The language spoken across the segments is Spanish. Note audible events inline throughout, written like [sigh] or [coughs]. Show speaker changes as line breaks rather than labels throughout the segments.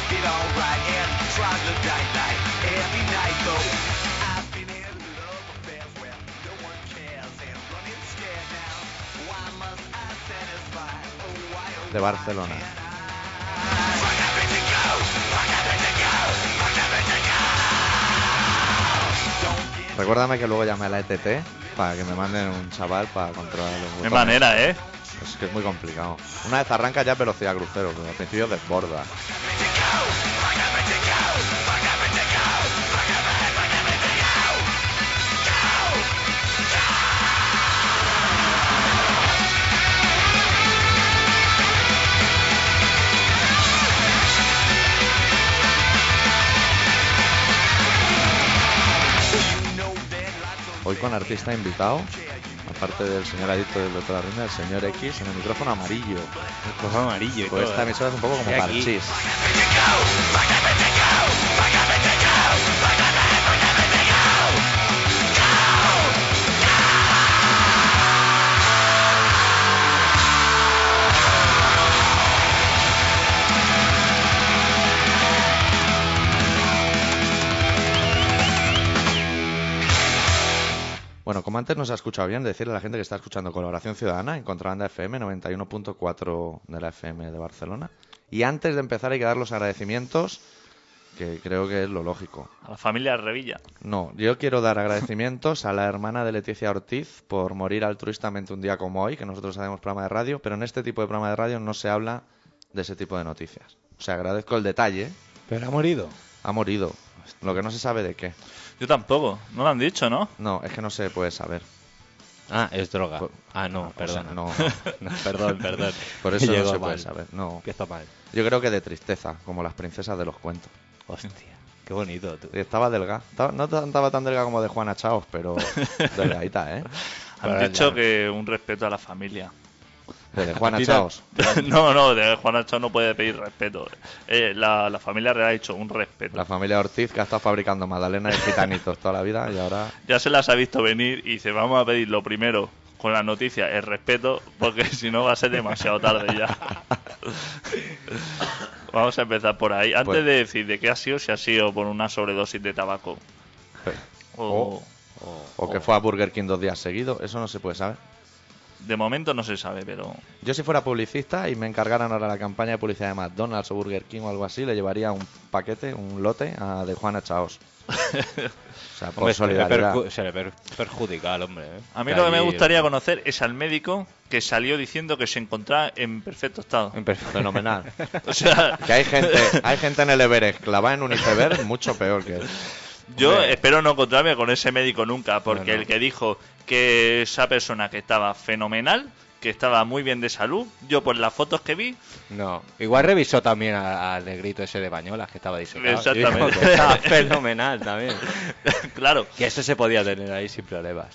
alright and troglodyte night every night though. I've been in love affairs where no one cares and running scared now. Why must I satisfy? Oh, why, oh,
De Barcelona.
why can't I? Fuck everything goes, fuck everything goes, fuck everything goes. Don't get
Recuérdame que luego llame a la ETT para que me manden un chaval para controlar los botones.
De manera, ¿eh?
Es que es muy complicado. Una vez arranca ya es velocidad crucero, pero al principio desborda. Hoy con artista invitado, aparte del señor Adicto y del doctor Arruina, el señor X en el micrófono amarillo.
El cojo amarillo y
Pues
todo,
esta
¿eh?
emisora es un poco como
Estoy aquí.
parchís. Bueno, como antes nos ha escuchado bien, decirle a la gente que está escuchando Colaboración Ciudadana en Contrabanda FM 91.4 de la FM de Barcelona. Y antes de empezar hay que dar los agradecimientos, que creo que es lo lógico.
A la familia Revilla.
No, yo quiero dar agradecimientos a la hermana de Leticia Ortiz por morir altruistamente un día como hoy, que nosotros hacemos programa de radio, pero en este tipo de programa de radio no se habla de ese tipo de noticias. O sea, agradezco el detalle,
Pero ha morido.
ha morido, lo que no se sabe de qué.
Yo tampoco. No lo han dicho, ¿no?
No, es que no se puede saber.
Ah, es droga.
Por-
Ah,
o
no,
sea,
perdón. [laughs]
no.
perdón, perdón.
Por
[laughs]
eso no
Llego
se puede
mal.
saber, no.
Empieza mal.
Yo creo que de tristeza, como las princesas de los cuentos.
Hostia, [laughs] qué bonito tú.
Estaba delgada, Estaba- no tan- estaba tan delgada como de Juana Chaos, pero delgadita, ¿eh?
Han
Para
dicho
ya.
que un respeto a la familia. [laughs]
De Juana
Mira.
Chaos.
no, no, de Juan Achao no puede pedir respeto. Eh, la, la familia real ha dicho un respeto.
La familia Ortiz que ha estado fabricando magdalenas y gitanitos toda la vida y ahora...
Ya se las ha visto venir y dice, vamos a pedir lo primero con la noticia, el respeto, porque [laughs] si no va a ser demasiado tarde [laughs] ya. vamos a empezar por ahí. Antes
Pues-
de decir de qué ha sido, si ha sido por una sobredosis de tabaco. O,
O que fue a Burger King dos días seguidos, eso no se puede saber.
De momento no se sabe, pero
Yo si fuera publicista y me encargaran ahora la campaña de publicidad de McDonald's o Burger King o algo así, le llevaría un paquete, un lote a de Juana Chaos. O sea, por
Hombre, se, le
solidaridad.
perju- se le per- perjudica al hombre. ¿eh?
A mí lo que me
Ahí-
gustaría conocer es al médico que salió diciendo que se encontraba en perfecto estado.
en perfe-
Fenomenal.
O sea,
[laughs] Que hay gente, hay gente en el Everest clavada en un iceberg mucho peor que él.
yo
Hombre.
espero no encontrarme con ese médico nunca, porque
No, no.
el que dijo que esa persona que estaba fenomenal, que estaba muy bien de salud, yo por las fotos que vi, [laughs]
No, igual revisó también a- al negrito ese de Bañolas que estaba disecado.
Exactamente.
Y dijo que
[laughs]
[laughs] estaba fenomenal también.
claro,
Que eso se podía tener ahí sin problemas.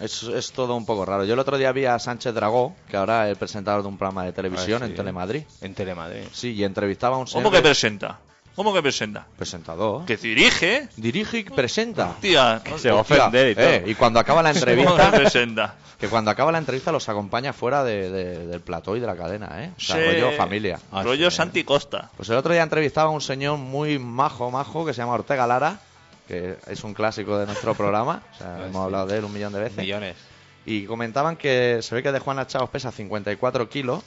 Es, es todo un poco raro. Yo el otro día vi a Sánchez Dragó, que ahora es el presentador de un programa de televisión
Ah, sí.
en Telemadrid.
En Telemadrid.
Sí, y entrevistaba a un
¿cómo
señor
que
de-
presenta? ¿Cómo que presenta?
presentador.
Que dirige,
Dirige y presenta.
tía. ¿cómo
se va a
Hostia,
ofender y todo.
eh, y cuando acaba la
[laughs]
que
entrevista,
presenta?
que cuando acaba la entrevista los acompaña fuera de- de- del plató y de la cadena, ¿eh? O sea,
Sí.
rollo familia.
Ah,
rollo
sí.
Santi Costa. [laughs]
Pues el otro día entrevistaba a un señor muy majo, majo, que se llama Ortega Lara, que es un clásico de nuestro programa. O sea,
Ah,
hemos
sí.
hablado de él un millón de veces.
Millones.
Y comentaban que se ve que de Juana Chaos pesa 54 kilos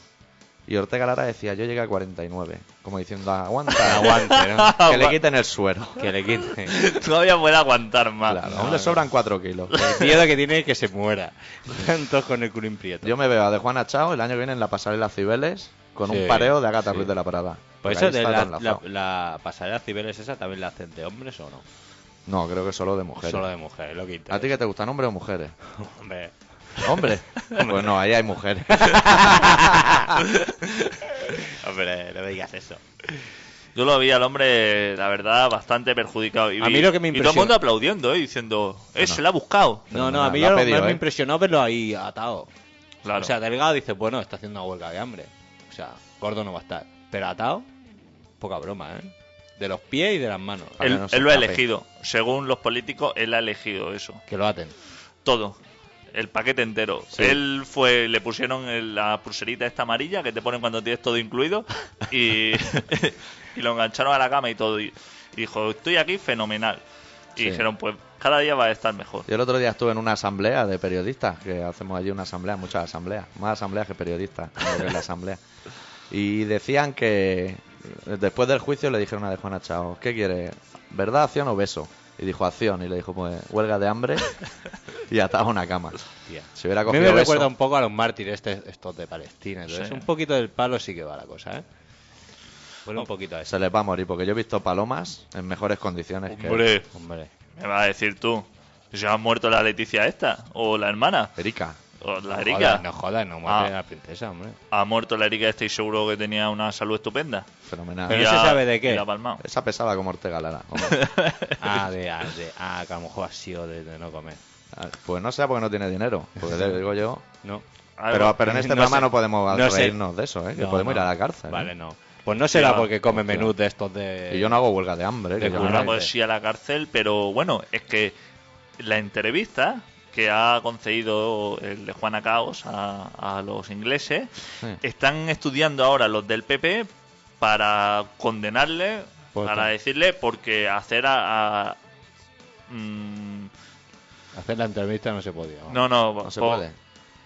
y Ortega Lara decía, yo llegué a 49. Como diciendo,
[laughs]
aguanta,
Aguante, ¿no?
que le quiten el suero.
Que le quite.
Todavía puede aguantar más.
Claro, aún le sobran 4
[laughs]
kilos.
El miedo que tiene es que se muera. [laughs] Tanto con el culo imprieto.
Yo me veo a de Juana Chao el año que viene en la pasarela Cibeles con
Sí,
un pareo de Agatha
sí.
Ruiz de la Parada.
Por
Porque
eso
ahí
de
está
la,
todo
la,
enlazado.
la pasarela cibeles esa también la hacen de hombres o no.
No, creo que solo de mujeres.
Pues Solo de mujeres, lo que interesa.
¿A ti que te gustan hombres o mujeres?
[laughs] Hombre. [laughs]
¿Hombres? pues no, ahí hay mujeres.
Hombre, no me digas eso.
Pues
Yo lo vi al hombre, la verdad, bastante perjudicado. Y
A
vi-
mí lo que me
Y todo el
impresiona-
mundo aplaudiendo, ¿eh? diciendo, ¡eh, se la ha buscado!
No,
Fenomenal,
no, a mí
lo
ya
ha
lo
pedido,
más me
¿eh?
impresionó verlo ahí atado.
Claro.
O sea, delgado dice, bueno, está haciendo una huelga de hambre. O sea, gordo no va a estar. Pero atado, poca broma, ¿eh? De los pies y de las manos.
para
él,
que no se
él lo ha
escape.
elegido. Según los políticos, él ha elegido eso.
Que lo aten.
Todo. El paquete entero. Él fue, le
[laughs]
pusieron el- la pulserita esta amarilla que te ponen cuando tienes todo incluido y, [laughs] y lo engancharon a la cama y todo. Y, y dijo, estoy aquí fenomenal. Y
Sí.
dijeron, pues cada día va a estar mejor.
Yo el otro día estuve en una asamblea de periodistas, que hacemos allí una asamblea, muchas asambleas, más asambleas que periodistas, cuando ves la asamblea. Y decían que eh, después del juicio le dijeron a De Juana Chao, ¿qué quiere? ¿Verdad, acción o beso? Y dijo acción, y le dijo, pues, huelga de hambre y ataba una cama.
Tía.
Si hubiera
A mí
cogido
me
beso-
recuerda un poco a los mártires este- estos de Palestina. Entonces,
Sí.
un poquito del palo sí que va la cosa, ¿eh? Huele
Oh.
un poquito a eso.
se les va a morir, porque yo he visto palomas en mejores condiciones
Hombre,
Hombre.
me vas a decir tú, ¿se ha muerto la Leticia esta? ¿O la hermana?
que Erika.
¿O la
No
Erika?
jodas, no jodas, no maten
Ah.
a la princesa, hombre.
¿Ha muerto la Erika esta y seguro que tenía una salud estupenda?
Fenomenal.
Pero
Y
no se
ha-
sabe de qué.
y la ha palmado.
Esa pesaba como Ortega Lara. hombre.
[laughs] Ah, de, ah, de- ah, que a lo mejor ha sido de, de no comer.
Ah, Pues no sea porque no tiene dinero, porque le digo yo...
No.
Pero,
[laughs]
pero en este
No
programa
sé.
no podemos
No sé.
reírnos de eso, ¿eh? que
No,
podemos ir
no.
a la cárcel. ¿eh?
Vale, no. Pues no será
Sí, no.
porque come menús de estos de...
Y yo no hago huelga de hambre.
de
que yo
currar,
no
Bueno,
hago.
pues sí a la cárcel, pero bueno, es que la entrevista que ha concedido el de Juana Caos a, a los ingleses,
Sí.
están estudiando ahora los del PP para condenarle,
Por
para
tal.
decirle, porque hacer a... a- mm,
Hacer la entrevista no se podía. vamos.
no, no,
No se
por-
puede.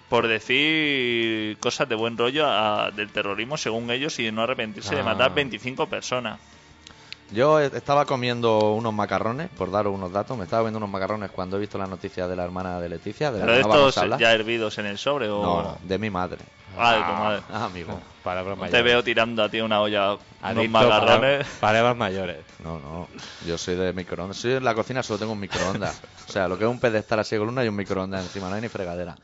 por decir cosas de buen rollo a- del terrorismo, según ellos, y no arrepentirse de
Ah.
matar 25 personas.
Yo e- estaba comiendo unos macarrones, por daros unos datos, me estaba comiendo unos macarrones cuando he visto la noticia de la hermana de Leticia, de la
Pero de
que no vamos
estos
a hablar.
ya hervidos en el sobre o...
No, no, de mi madre.
Ah, de tu madre.
Ah, amigo.
Palabras
No
mayores.
te veo tirando a ti una olla, unos
Adicto a
macarrones.
palabras- Palabras mayores.
No, no, yo soy de microondas. Soy en la cocina, solo tengo un microondas. O sea, lo que es un pedestal así de columna y un microondas encima, no hay ni fregadera.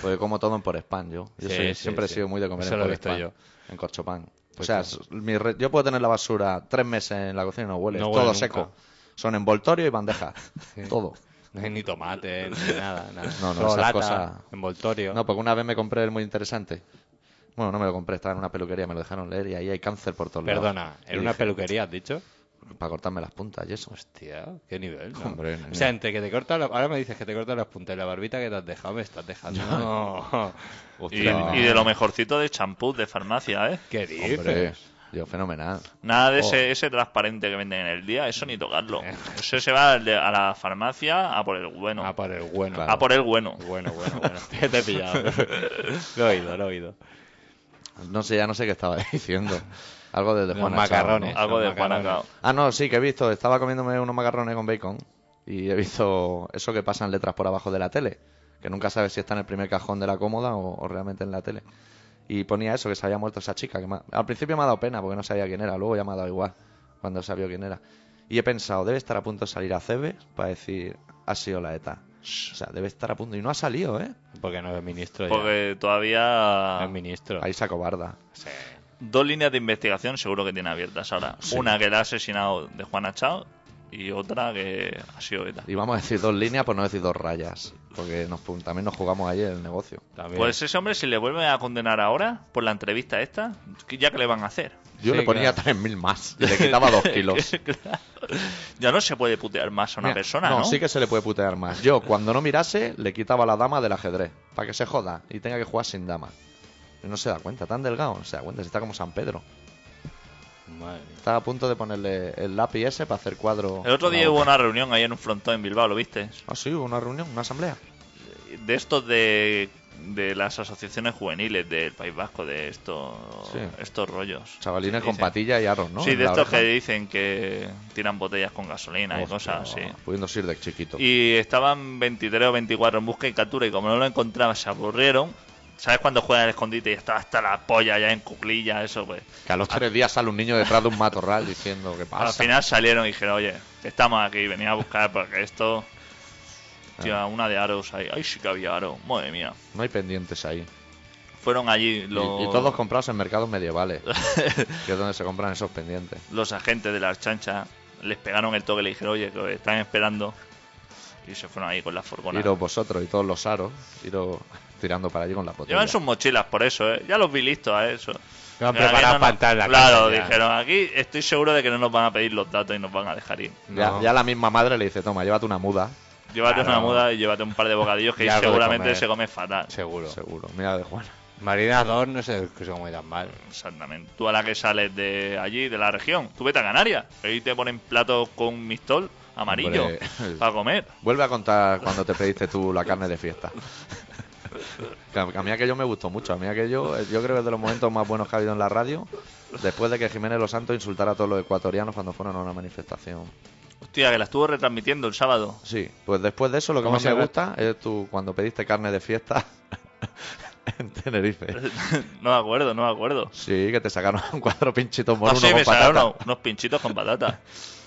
Porque como todo en por spam yo. Yo
Sí,
soy-
sí,
siempre he
sí.
sido muy de comer
Eso
en
lo he
por
visto
spam,
yo.
en corchopán.
Pues
o sea,
sí.
s- mi re- yo puedo tener la basura tres meses en la cocina y no huele,
No
es
huele
todo
nunca.
seco. Son envoltorio y bandeja,
Sí.
todo.
No hay ni tomate, ni nada. nada.
No, no,
Solo
esas
lata,
cosas-
envoltorio.
No, porque una vez me compré el muy interesante. Bueno, no me lo compré, estaba en una peluquería, me lo dejaron leer y ahí hay cáncer por todos
Perdona,
lados.
¿en una peluquería has dicho?
Para cortarme las puntas y eso.
Hostia, qué nivel, ¿no?
Hombre,
o
niño.
sea, entre que te cortas la- Ahora me dices que te cortas las puntas y la barbita que te has dejado, me estás dejando... [laughs] No.
Y,
Hostia.
y de lo mejorcito de champú de farmacia, ¿eh?
¿Qué dices?
Hombre, yo fenomenal.
Nada de
Oh.
ese, ese transparente que venden en el día, eso ni tocarlo. Eso se va al de- a la farmacia a por el bueno.
Ah, por el bueno.
Claro.
A por el bueno.
Bueno, bueno,
[laughs]
bueno. [laughs] Te, te he pillado. [laughs] lo he oído, lo he oído.
No sé, ya no sé qué estaba [laughs] diciendo. Algo de, de
Los
Juana
macarrones.
Chao,
Algo de
Los macarrones.
Juana Cao.
¿no? Ah, no, sí, que he visto. Estaba comiéndome unos macarrones con bacon y he visto eso que pasan letras por abajo de la tele. Que nunca sabes si está en el primer cajón de la cómoda o, o realmente en la tele. Y ponía eso, que se había muerto esa chica. Que me ha- Al principio me ha dado pena porque no sabía quién era. Luego ya me ha dado igual cuando sabía quién era. Y he pensado, debe estar a punto de salir a Cebes para decir, ha sido la ETA. O sea, debe estar a punto. Y no ha salido, ¿eh?
Porque no es ministro ya.
Porque
No
todavía
es ministro.
Ahí se acobarda.
Sí.
dos líneas de investigación seguro que tiene abiertas ahora. Una que la ha asesinado de Juana Chao y otra que ha sido ETA.
Y vamos a decir dos líneas por no decir dos rayas. Porque nos, pu- también nos jugamos ahí el negocio.
También.
Pues ese hombre, si le vuelven a condenar ahora por la entrevista esta, ¿qué- ¿ya que le van a hacer?
Yo
Sí,
le ponía
claro.
3.000 más y le quitaba
[laughs]
2 kilos.
Claro. Ya no se puede putear más a una
Mira,
persona, ¿no?
sí que se le puede putear más. Yo, cuando no mirase, le quitaba la dama del ajedrez. Para que se joda y tenga que jugar sin dama. Y No se da cuenta, tan delgado, no se da cuenta, si está como San Pedro.
Madre mía.
Estaba a punto de ponerle el lápiz ese para hacer cuadro.
El otro
con la
día hubo
boca.
una reunión ahí en un frontón en Bilbao, ¿lo viste?
Ah, sí, hubo una reunión, una asamblea.
De estos de, de las asociaciones juveniles del País Vasco, de estos,
Sí.
estos rollos.
Chavalines
Que
con
dicen-
patilla y aros, ¿no?
Sí,
En
de
la
estos que
oreja.
dicen que tiran botellas con gasolina y cosas así.
Hostia, Pudiéndose ir de chiquito.
Y estaban 23 o 24 en busca y captura y como no lo encontraban se aburrieron. ¿Sabes cuando juegan al escondite y está hasta la polla ya en cuclilla? Eso pues.
Que a los tres días sale un niño detrás de un matorral diciendo que pasa.
Al final salieron y dijeron, oye, estamos aquí, venid a buscar porque esto...
Ah.
Hostia, una de aros ahí. Ay, sí que había aros. Madre mía.
No hay pendientes ahí.
Fueron allí
Y-
los...
Y, todos comprados en mercados medievales, [laughs] que es donde se compran esos pendientes.
los agentes de las chanchas les pegaron el toque y le dijeron, oye, que os están esperando. Y se fueron ahí con las furgonetas.
Iros vosotros y todos los aros, iros [laughs] tirando para allí con las botellas.
Llevan sus mochilas por eso, ¿eh? Ya los vi listos a eso.
Lo han
Pero aquí
preparado
no
para
nos-
entrar en la
Claro,
cárcel ya.
dijeron, aquí estoy seguro de que no nos van a pedir los datos y nos van a dejar ir.
Ya,
No.
ya la misma madre le dice, toma, llévate una muda,
Llévate
Claro. [laughs]
una muda y llévate un par de bocadillos que
Y algo de
seguramente
comer.
se come fatal.
Seguro.
seguro. Mira de Juana.
Marina 2 no sé que se come tan mal.
Exactamente. Tú a la que sales de allí, de la región, tú vete a Canarias. Ahí te ponen platos con mistol amarillo
Hombre.
para comer.
Vuelve a contar cuando te pediste tú la carne de fiesta. [laughs] Que A a mí aquello me gustó mucho. A mí aquello, eh, yo creo que es de los momentos más buenos que ha habido en la radio. Después de que Jiménez Los Santos insultara a todos los ecuatorianos cuando fueron a una manifestación.
Hostia, que la estuvo retransmitiendo el sábado. [laughs]
Sí, pues después de eso, lo que
¿Cómo
más
se
me
llama?
gusta es tú cuando pediste carne de fiesta [laughs] en Tenerife.
no me acuerdo, no me acuerdo.
Sí, que te sacaron [laughs] cuatro pinchitos
Ah,
morunos
sí,
con
me
patata.
sacaron unos, unos pinchitos
[laughs]
con patata.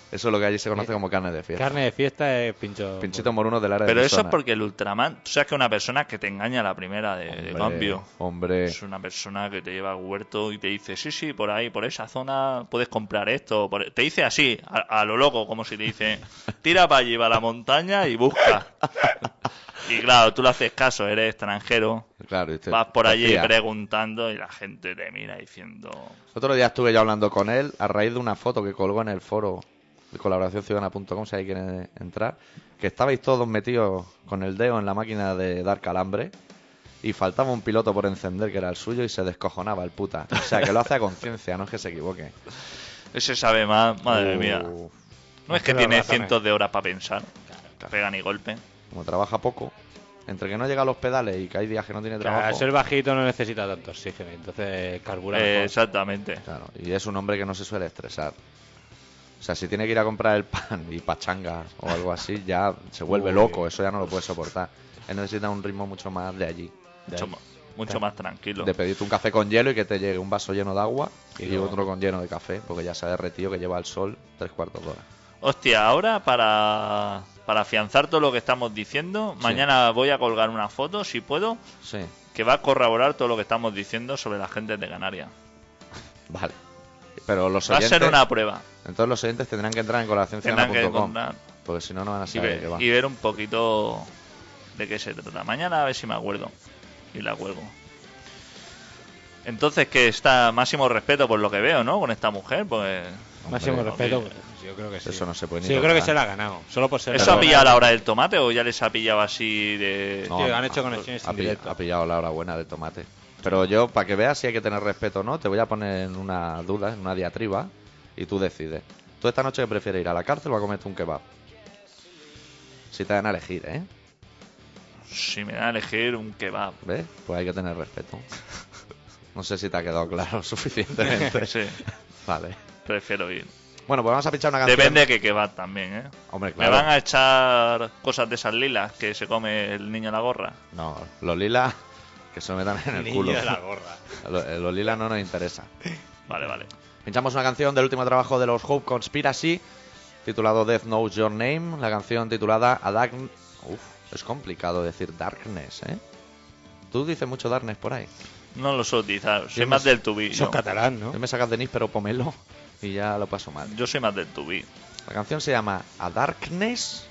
Eso es lo que allí se conoce como carne de fiesta.
Carne de fiesta es pincho.
Pinchitos morunos del área de
Pero eso es
Guisona.
porque el Ultraman, tú sabes que es una persona que te engaña a la primera de, de
Hombre,
cambio.
Hombre,
Es una persona que te lleva al huerto y te dice, sí, sí, por ahí, por esa zona puedes comprar esto. por e-". Te dice así, a, a lo loco, como si
[laughs]
te dice, tira para allí, va a la montaña y busca. Y claro, tú le haces caso, eres extranjero,
claro. y te-
vas por
te
allí
fías.
preguntando y la gente te mira diciendo...
Otro día estuve yo hablando con él a raíz de una foto que colgó en el foro de colaboraciónciudadana.com, si ahí quieren entrar, que estabais todos metidos con el dedo en la máquina de dar calambre y faltaba un piloto por encender que era el suyo y se descojonaba el puta. O sea, que lo hace a conciencia, no es que se equivoque.
Ese sabe más, madre
Uh,
mía. No es que
Pero
tiene
razón es.
cientos de horas para pensar. Pega ni golpe.
Como trabaja poco, entre que no llega a los pedales y que hay días que no tiene
Claro,
trabajo.
ser bajito no necesita tanto oxígeno, entonces carbura.
Eh,
mejor.
exactamente.
Claro, y es un hombre que no se suele estresar. O sea, si tiene que ir a comprar el pan y pachangas o algo así, ya se vuelve
Uy.
loco, eso ya no lo puede soportar. Él necesita un ritmo mucho más de allí.
Ya.
Mucho, ma- mucho más tranquilo.
De pedirte un café con hielo y que te llegue un vaso lleno de agua y,
luego-
otro con lleno de café, porque ya se ha derretido que lleva el sol tres cuartos de hora.
Hostia, ahora para, para afianzar todo lo que estamos diciendo,
Sí.
mañana voy a colgar una foto, si puedo,
Sí,
que va a corroborar todo lo que estamos diciendo sobre la gente de Canarias.
vale. Pero los
Va a
oyentes,
ser una prueba.
entonces los oyentes tendrán que entrar en
Tendrán que
colaboraciónciudadana.com,
encontrar
porque si no, no van a
y
saber de qué
ver,
va.
y ver un poquito de qué se trata. Mañana a ver si me acuerdo. Y la cuelgo. Entonces, que está máximo respeto por lo que veo, ¿no? Con esta mujer, pues.
Hombre,
Máximo respeto.
hombre.
pues, Yo creo que sí.
Eso no se puede ni
Sí, yo creo que
tocar.
se la ha ganado. Solo por ser.
¿Eso ha
peruana.
pillado a la hora del tomate o ya les ha pillado así de.?
No,
Eh, Tío, han
ha-
hecho conexiones
ha,
en
pi-
directo.
ha pillado la hora buena del tomate. Pero yo, para que veas si hay que tener respeto o no, te voy a poner en una duda, en una diatriba, y tú decides. ¿Tú esta noche qué prefieres ir a la cárcel o a comerte un kebab? Si te dan a elegir, ¿eh?
Si me da a elegir un kebab.
¿Ves? Pues hay que tener respeto. No sé si te ha quedado claro [laughs] suficientemente.
Sí,
Vale.
prefiero ir.
Bueno, pues vamos a pinchar una canción.
Depende de que kebab también, ¿eh?
Hombre,
¿Me van
claro.
a echar cosas de esas lilas que se come el niño en la gorra?
No, los lilas que se lo metan en el
Niño
culo.
de la gorra.
Los, los lilas no nos interesa.
Vale, vale.
Pinchamos una canción del último trabajo de los Hope Conspiracy, titulado Death Knows Your Name, la canción titulada A Dark... Uf, es complicado decir Darkness, ¿eh? Tú dices mucho Darkness por ahí.
No lo sé utilizar. Soy
Yo
más
me-
del tubí.
Sos
Yo.
catalán, ¿no?
Tú me sacas de Nis, pero pomelo, y ya lo paso mal.
Yo soy más del tubí.
La canción se llama A Darkness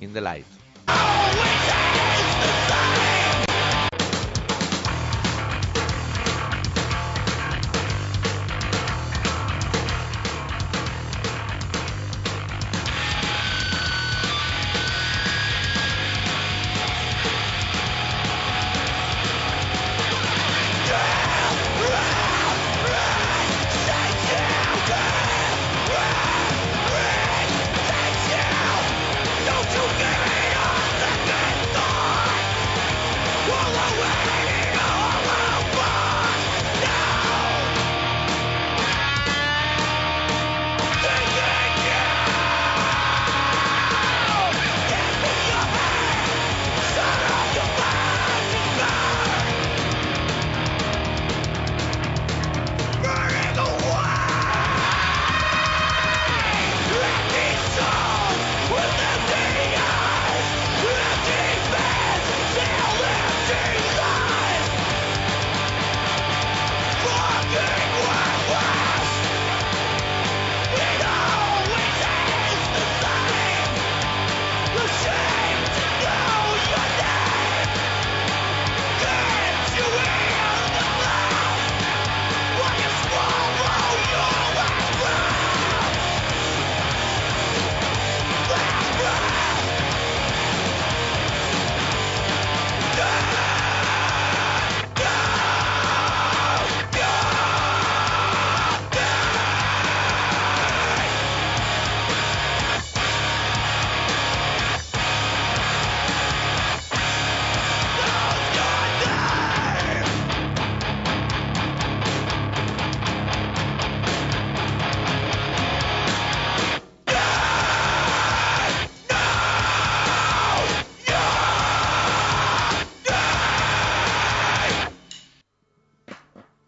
in the Light.
Don't you give me all the good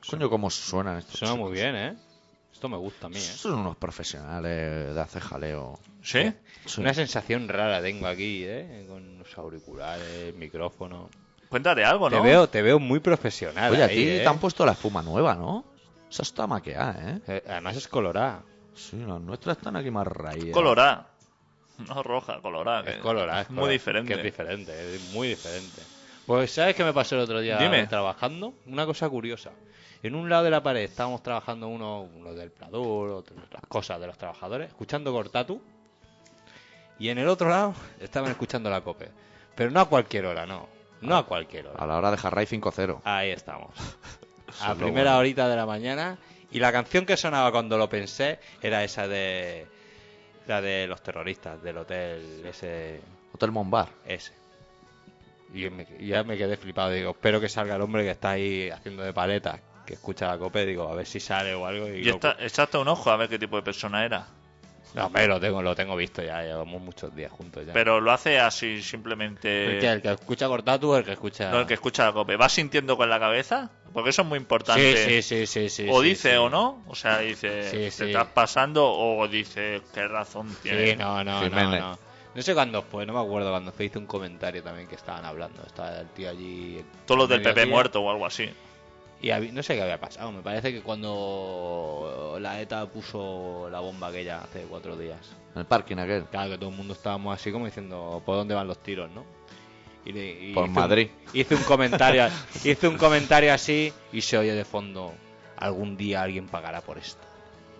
Coño, cómo suenan estos.
Suena
chicos.
muy bien, ¿eh? Esto me gusta a mí, ¿eh?
Son unos profesionales de hace jaleo.
¿Sí?
Sí.
Una sensación rara tengo aquí, ¿eh? Con los auriculares, micrófono.
Cuéntate algo, ¿no?
Te veo, te veo muy profesional.
Oye, a
ahí,
ti
¿eh?
te han puesto la espuma nueva, ¿no? Esa está maqueada, ¿eh?
Eh, Además es colorada.
Sí, las nuestras están aquí más raídas.
Colorá. No roja, colorá.
Es
que
colorada, es
Eh, Muy
colorada,
diferente.
Que es diferente, es muy diferente. Pues, ¿sabes qué me pasó el otro día
Dime.
trabajando? Una cosa curiosa. En un lado de la pared estábamos trabajando uno, uno del Pladur, otro- otras cosas de los trabajadores, escuchando Cortatu. Y en el otro lado [laughs] estaban escuchando la COPE. Pero no a cualquier hora, no. No a cualquier hora.
A la hora de Jarray 5-0.
[laughs]
Ahí estamos.
Eso
A
es lo
primera
bueno.
horita de la mañana. Y la canción que sonaba cuando lo pensé era esa de. La de los terroristas, del hotel ese.
Hotel Mombar.
ese. Y yo me- ya me quedé flipado. Digo, espero que salga el hombre que está ahí haciendo de paleta, que escucha la copa. Digo, a ver si sale o algo. Y
Y
lo-
está, echaste un ojo a ver qué tipo de persona era.
No, hombre, lo tengo, lo tengo visto ya. Llevamos muchos días juntos ya.
Pero lo hace así,
el, que,
simplemente.
el que escucha Cortatu, el que escucha.
No el que escucha la cope. ¿Va sintiendo con la cabeza? Porque eso es muy importante.
sí, sí, sí, sí, sí,
o
sí,
dice
sí.
o no. O sea, dice,
Sí,
te
sí.
estás pasando. O dice, qué razón tiene.
Sí, no, no, no,
Jiménez.
no. No sé cuándo fue, no me acuerdo cuando fue, hice un comentario también que estaban hablando. Estaba el tío allí.
Todos los del
mediodía,
PP muerto o algo así.
Y habí- no sé qué había pasado. Me parece que cuando la ETA puso la bomba aquella hace cuatro días.
En el parking aquel.
Claro que todo el mundo estábamos así como diciendo, ¿por dónde van los tiros, no? Y le- y
Por
hice un-
Madrid.
hice un
[laughs]
comentario, hice un comentario así y se oye de fondo, algún día alguien pagará por esto.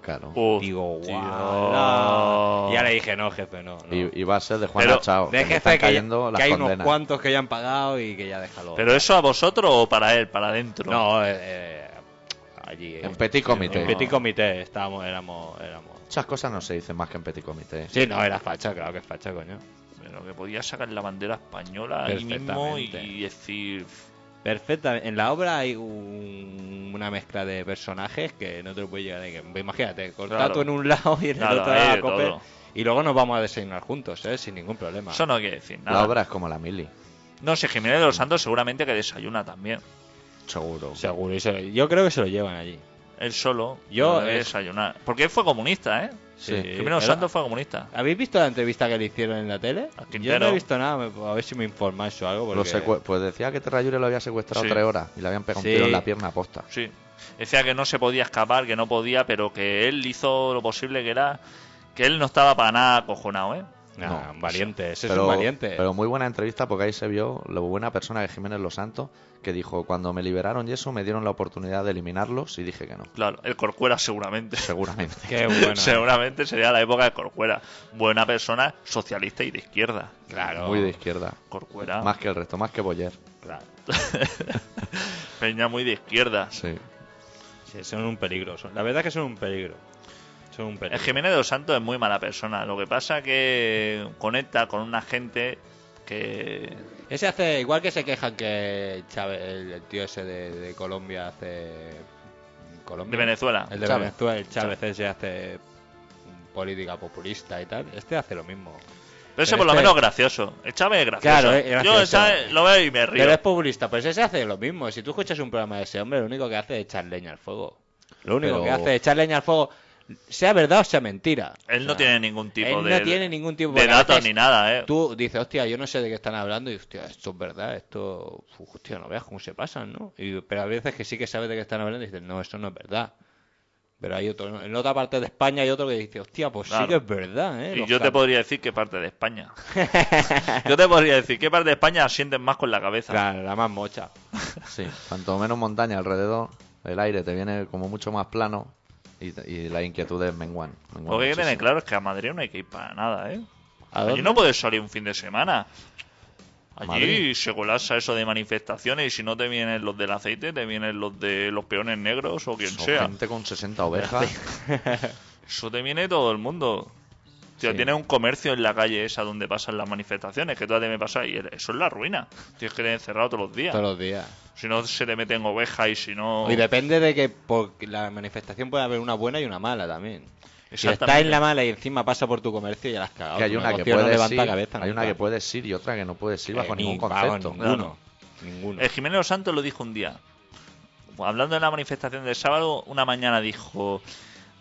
Claro.
Hostia.
Digo, guau. Y ahora dije, no, jefe, no. no".
Y, y va a ser de Juan
Pero,
Achao.
De
que le
jefe
están
que, ya-
cayendo las
que hay unos
condenas.
cuantos que ya han pagado y que ya déjalo.
¿Pero eso a vosotros o para él, para adentro?
no, eh, eh, allí. eh,
En petit comité.
En petit comité estábamos, éramos, éramos.
Muchas cosas no se dicen más que en petit comité.
Sí, no, era facha, claro que es facha, coño.
Pero que podía sacar la bandera española ahí mismo y-
Perfectamente.
y decir.
Perfecta. En la obra hay un- una mezcla de personajes que no te lo puedes llegar a que- Imagínate, cortato
Claro.
en un lado y en el
Claro,
otro
ahí
lado
de
la cope.
todo.
Y luego nos vamos a desayunar juntos, ¿eh? Sin ningún problema.
Eso no quiere decir
La
Ah.
nada.
obra es como la mili.
No sé, Jiménez de los Santos seguramente que desayuna también.
Seguro.
Seguro. y se lo- yo creo que se lo llevan allí.
Él solo.
Yo,
debe
eh,
desayunar. Porque él fue comunista, ¿eh?
Sí.
Jiménez de los
Era-
Santos fue comunista.
¿Habéis visto la entrevista que le hicieron en la tele?
A
Yo
Quintero.
no he visto nada, me- a ver si me informáis o algo.
Lo
Porque...
secue- pues decía que Terrayure lo había secuestrado
Sí.
tres horas y le habían pegado
Sí.
un tiro en la pierna aposta.
Sí. Decía que no se podía escapar, que no podía, pero que él hizo lo posible que era. Que él no estaba para nada acojonado, ¿eh?
Nah,
No,
un valiente, ese
pero,
es un valiente.
pero muy buena entrevista porque ahí se vio lo buena persona que es Jiménez Los Santos, que dijo, cuando me liberaron y eso me dieron la oportunidad de eliminarlos y dije que no, [laughs]
Claro, el Corcuera seguramente. [laughs]
seguramente.
Qué bueno.
seguramente sería la época de Corcuera. Buena persona, socialista y de izquierda.
Claro.
Muy de izquierda.
Ah.
Corcuera.
Más que el resto, más que Boyer.
claro.
[laughs] Peña muy de izquierda.
Sí.
Sí, son un peligro. son- La verdad es que son un peligro. Son un peligro.
El Jiménez de los Santos es muy mala persona. Lo que pasa que conecta con una gente que.
Ese hace, igual que se quejan que Chávez, el, el tío ese de, de Colombia hace... Colombia.
De Venezuela.
El de
Chávez.
Venezuela, el Chávez ese hace política populista y tal. Este hace lo mismo.
Pero ese
Pero
por lo
este-
menos gracioso. El Chávez es gracioso.
Claro, eh, es
Yo
gracioso.
el Chávez lo veo y me río.
Pero es populista, pues ese hace lo mismo. Si tú escuchas un programa de ese hombre, lo único que hace es echar leña al fuego. Lo único
Pero-
que hace es echar leña al fuego, sea verdad o sea mentira.
Él no
O sea,
tiene ningún tipo
él
de.
no tiene ningún tipo
de
porque a
datos
veces
ni nada, ¿eh?
Tú dices, hostia, yo no sé de qué están hablando y hostia, esto es verdad, esto, uf, hostia, no veas cómo se pasan, ¿no? Y- pero a veces que sí que sabes de qué están hablando y dices, no, eso no es verdad. Pero hay otro, en otra parte de España hay otro que dice, hostia, pues
Claro.
sí que es verdad, ¿eh?
Y
Los
yo te
cap-
podría decir qué parte de España. [laughs] yo te podría decir qué parte de España sienten más con la cabeza.
Claro, la más mocha.
Sí, cuanto menos montaña alrededor, el aire te viene como mucho más plano y, y las inquietudes menguan. menguan
Lo que hay que tener
muchísimo.
claro es que a Madrid no hay que ir para nada, ¿eh?
¿A
Allí
dónde?
no puedes salir un fin de semana. Allí
Madrid.
se colapsa eso de manifestaciones y si no te vienen los del aceite, te vienen los de los peones negros o quien
Son
sea.
gente con 60 ovejas.
Eso te viene todo el mundo. Tío,
Sí.
tienes un comercio en la calle esa donde pasan las manifestaciones, que todavía me pasa, y eso es la ruina. Tienes que tener encerrado todos los días.
Todos los días.
Si no, se te meten ovejas y si no...
Y depende de que por la manifestación puede haber una buena y una mala también. Si
Exactamente.
está en la mala y encima pasa por tu comercio, ya la has cagado.
que hay
Tu
una que
negocio no
puede
levanta
ir,
cabeza
hay una
nunca.
que puede ir y otra que no puede ir bajo
Eh,
ningún
ni- vamos,
concepto.
Ninguno. Ninguno.
Eh, Jiménez Los Santos lo dijo un día. hablando de la manifestación del sábado, una mañana dijo,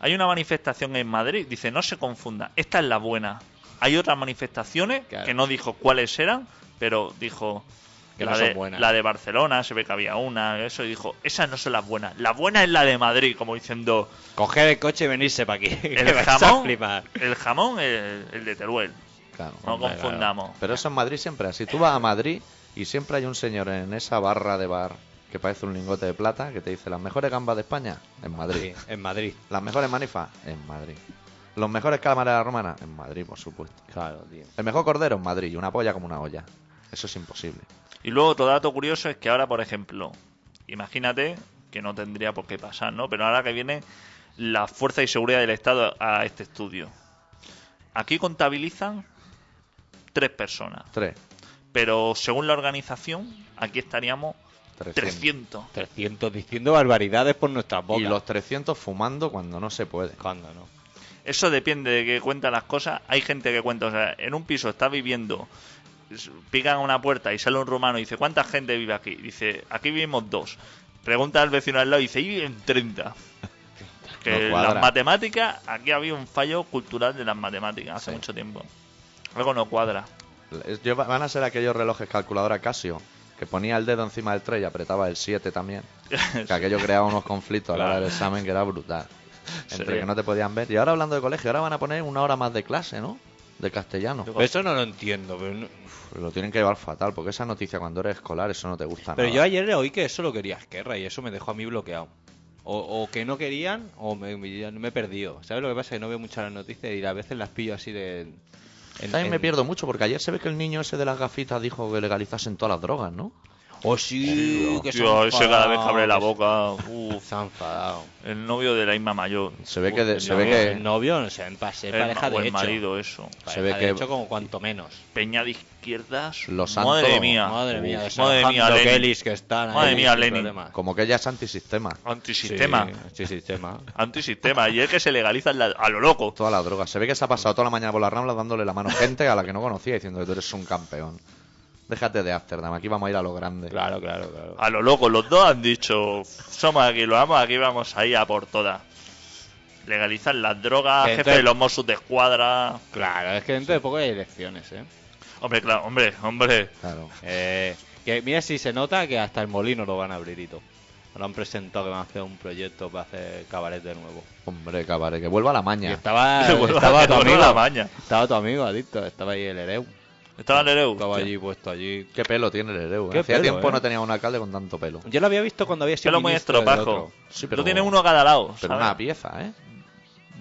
hay una manifestación en Madrid, dice, no se confunda, esta es la buena. Hay otras manifestaciones
Claro.
que no dijo cuáles eran, pero dijo
Que
la,
no son
de,
buenas.
la de Barcelona, se ve que había una, eso, y dijo, esas no son las buenas, la buena es la de Madrid, como diciendo,
Coger el coche [laughs] y venirse para aquí. [laughs] que
el
vais a
jamón,
flipar.
el jamón, el, el de Teruel,
Claro,
no
hombre, claro.
confundamos.
Pero eso en Madrid siempre así. Tú vas a Madrid y siempre hay un señor en esa barra de bar que parece un lingote de plata que te dice las mejores gambas de España en Madrid.
Sí, en Madrid.
Las mejores manifas en Madrid. Los mejores calamares de la romana en Madrid, por supuesto.
Claro, tío.
El mejor cordero en Madrid y una polla como una olla. Eso es imposible.
Y luego otro dato curioso es que ahora, por ejemplo, imagínate que no tendría por qué pasar, ¿no? Pero ahora que viene la fuerza y seguridad del Estado a este estudio. Aquí contabilizan tres personas,
Tres.
pero según la organización, aquí estaríamos 300.
300 diciendo barbaridades por nuestra boca.
Y los 300 fumando cuando no se puede.
¿Cuándo, no?
Eso depende de que cuentan las cosas. Hay gente que cuenta, o sea, en un piso está viviendo, s- pican a una puerta y sale un rumano y dice, ¿cuánta gente vive aquí? Dice, aquí vivimos dos. Pregunta al vecino al lado y dice, y en
[laughs]
30.
No
Que
cuadra.
las matemáticas, aquí había un fallo cultural de las matemáticas hace
Sí.
mucho tiempo. Algo no cuadra.
Es- yo- Van a ser aquellos relojes calculadora Casio que ponía el dedo encima del 3 y apretaba el 7 también. [laughs]
[laughs]
Que aquello creaba unos conflictos a la hora del examen que era brutal. Entre
Sí.
que no te podían ver. Y ahora hablando de colegio, ahora van a poner una hora más de clase, ¿no? De castellano.
Yo-
Pero eso no lo entiendo. Pero, no-
Lo tienen que llevar fatal, porque esa noticia cuando eres escolar, eso no te gusta
pero
nada.
yo ayer le oí que eso lo quería Esquerra y eso me dejó a mí bloqueado. O, o que no querían o me, me- me he perdido. ¿Sabes lo que pasa? Que no veo muchas las noticias y a veces las pillo así de... en-
También me
en-
pierdo mucho, porque ayer se ve que el niño ese de las gafitas dijo que legalizasen todas las drogas, ¿no?
Oh, sí, que se
Tío,
ha
ese cada vez que
enfadado,
abre la
que se-
boca, uf,
Se ha enfadado.
el novio de la Isma Mayor.
Se ve que de-
El
se ve
novio,
que-
El novio, o sea, en pase,
el
pareja
ma- o
de
el
hecho.
marido, eso.
Pareja
ve
de
que-
hecho como cuanto menos.
Peña de izquierdas.
Los
Madre
Santos.
mía.
Madre mía,
Uf, madre mía,
los
Lenin.
Kellys que están ahí
Madre mía,
sin
Lenin.
problemas.
Ah. Como que ella es antisistema.
Antisistema.
Sí, sí, sistema.
Antisistema. Y es que se legalizan la- a lo loco.
Todas las drogas. Se ve que se ha pasado toda la mañana por las ramblas dándole la mano a gente a la que no conocía diciendo que tú eres un campeón. Déjate de Amsterdam, aquí vamos a ir a lo grande.
Claro, claro,
[laughs]
claro.
A lo loco. Los dos han dicho, somos aquí, lo vamos, aquí vamos ahí a por todas. Legalizan las drogas,
Que
jefe
entonces-
de los Mossos de escuadra.
Claro, es que dentro de poco hay elecciones, ¿eh?
Hombre, claro, hombre, hombre.
Claro.
Eh, que mira si se nota que hasta el molino lo van a abrir y todo. Lo han presentado que van a hacer un proyecto para hacer cabaret de nuevo.
Hombre, cabaret, que vuelva a la
Y
maña.
estaba,
[laughs] Que vuelva-
Ah, estaba
que
tu
vuelva
amigo.
la maña.
Estaba tu amigo, adicto. Estaba ahí el Ereu.
Estaba en el EU.
Estaba allí puesto allí.
Qué pelo tiene el Ereu. eh.
Qué
Hacía
pelo,
tiempo
eh.
no tenía un alcalde con tanto pelo.
Yo lo había visto cuando había sido
Pelo muy
ministro del
estropajo.
otro.
Sí,
pero
pero-
tiene uno a cada lado.
Pero
¿sabes?
una pieza, ¿eh?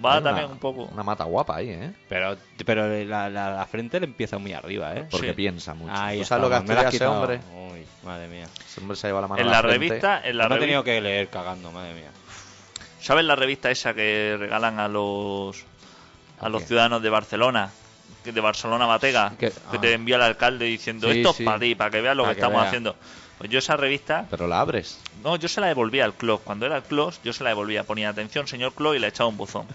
Va
Hay una-
también un poco.
Una mata guapa ahí, ¿eh?
Pero, pero la, la- la frente le empieza muy arriba, ¿eh?
Porque
Sí.
piensa mucho.
Ahí
¿Tú sabes lo que
estamos, me la
estudia
has
ese
quitado.
hombre?
Uy, madre mía.
Ese hombre se lleva la mano
En
a la,
la
frente.
revista, en la
No he
revista.
tenido que leer cagando, madre mía.
¿Sabes la revista esa que regalan a los a
¿A
los
qué?
ciudadanos de Barcelona? Que de Barcelona Batega,
Que-
que,
ah.
te envía el alcalde diciendo
Sí,
esto
sí.
es para ti, para que veas lo
Pa'
que,
que
estamos
vea".
haciendo. Pues yo esa revista,
Pero la abres.
no, yo se la devolvía al club. Cuando era el club, yo se la devolvía, ponía atención, señor club, y le echaba un buzón.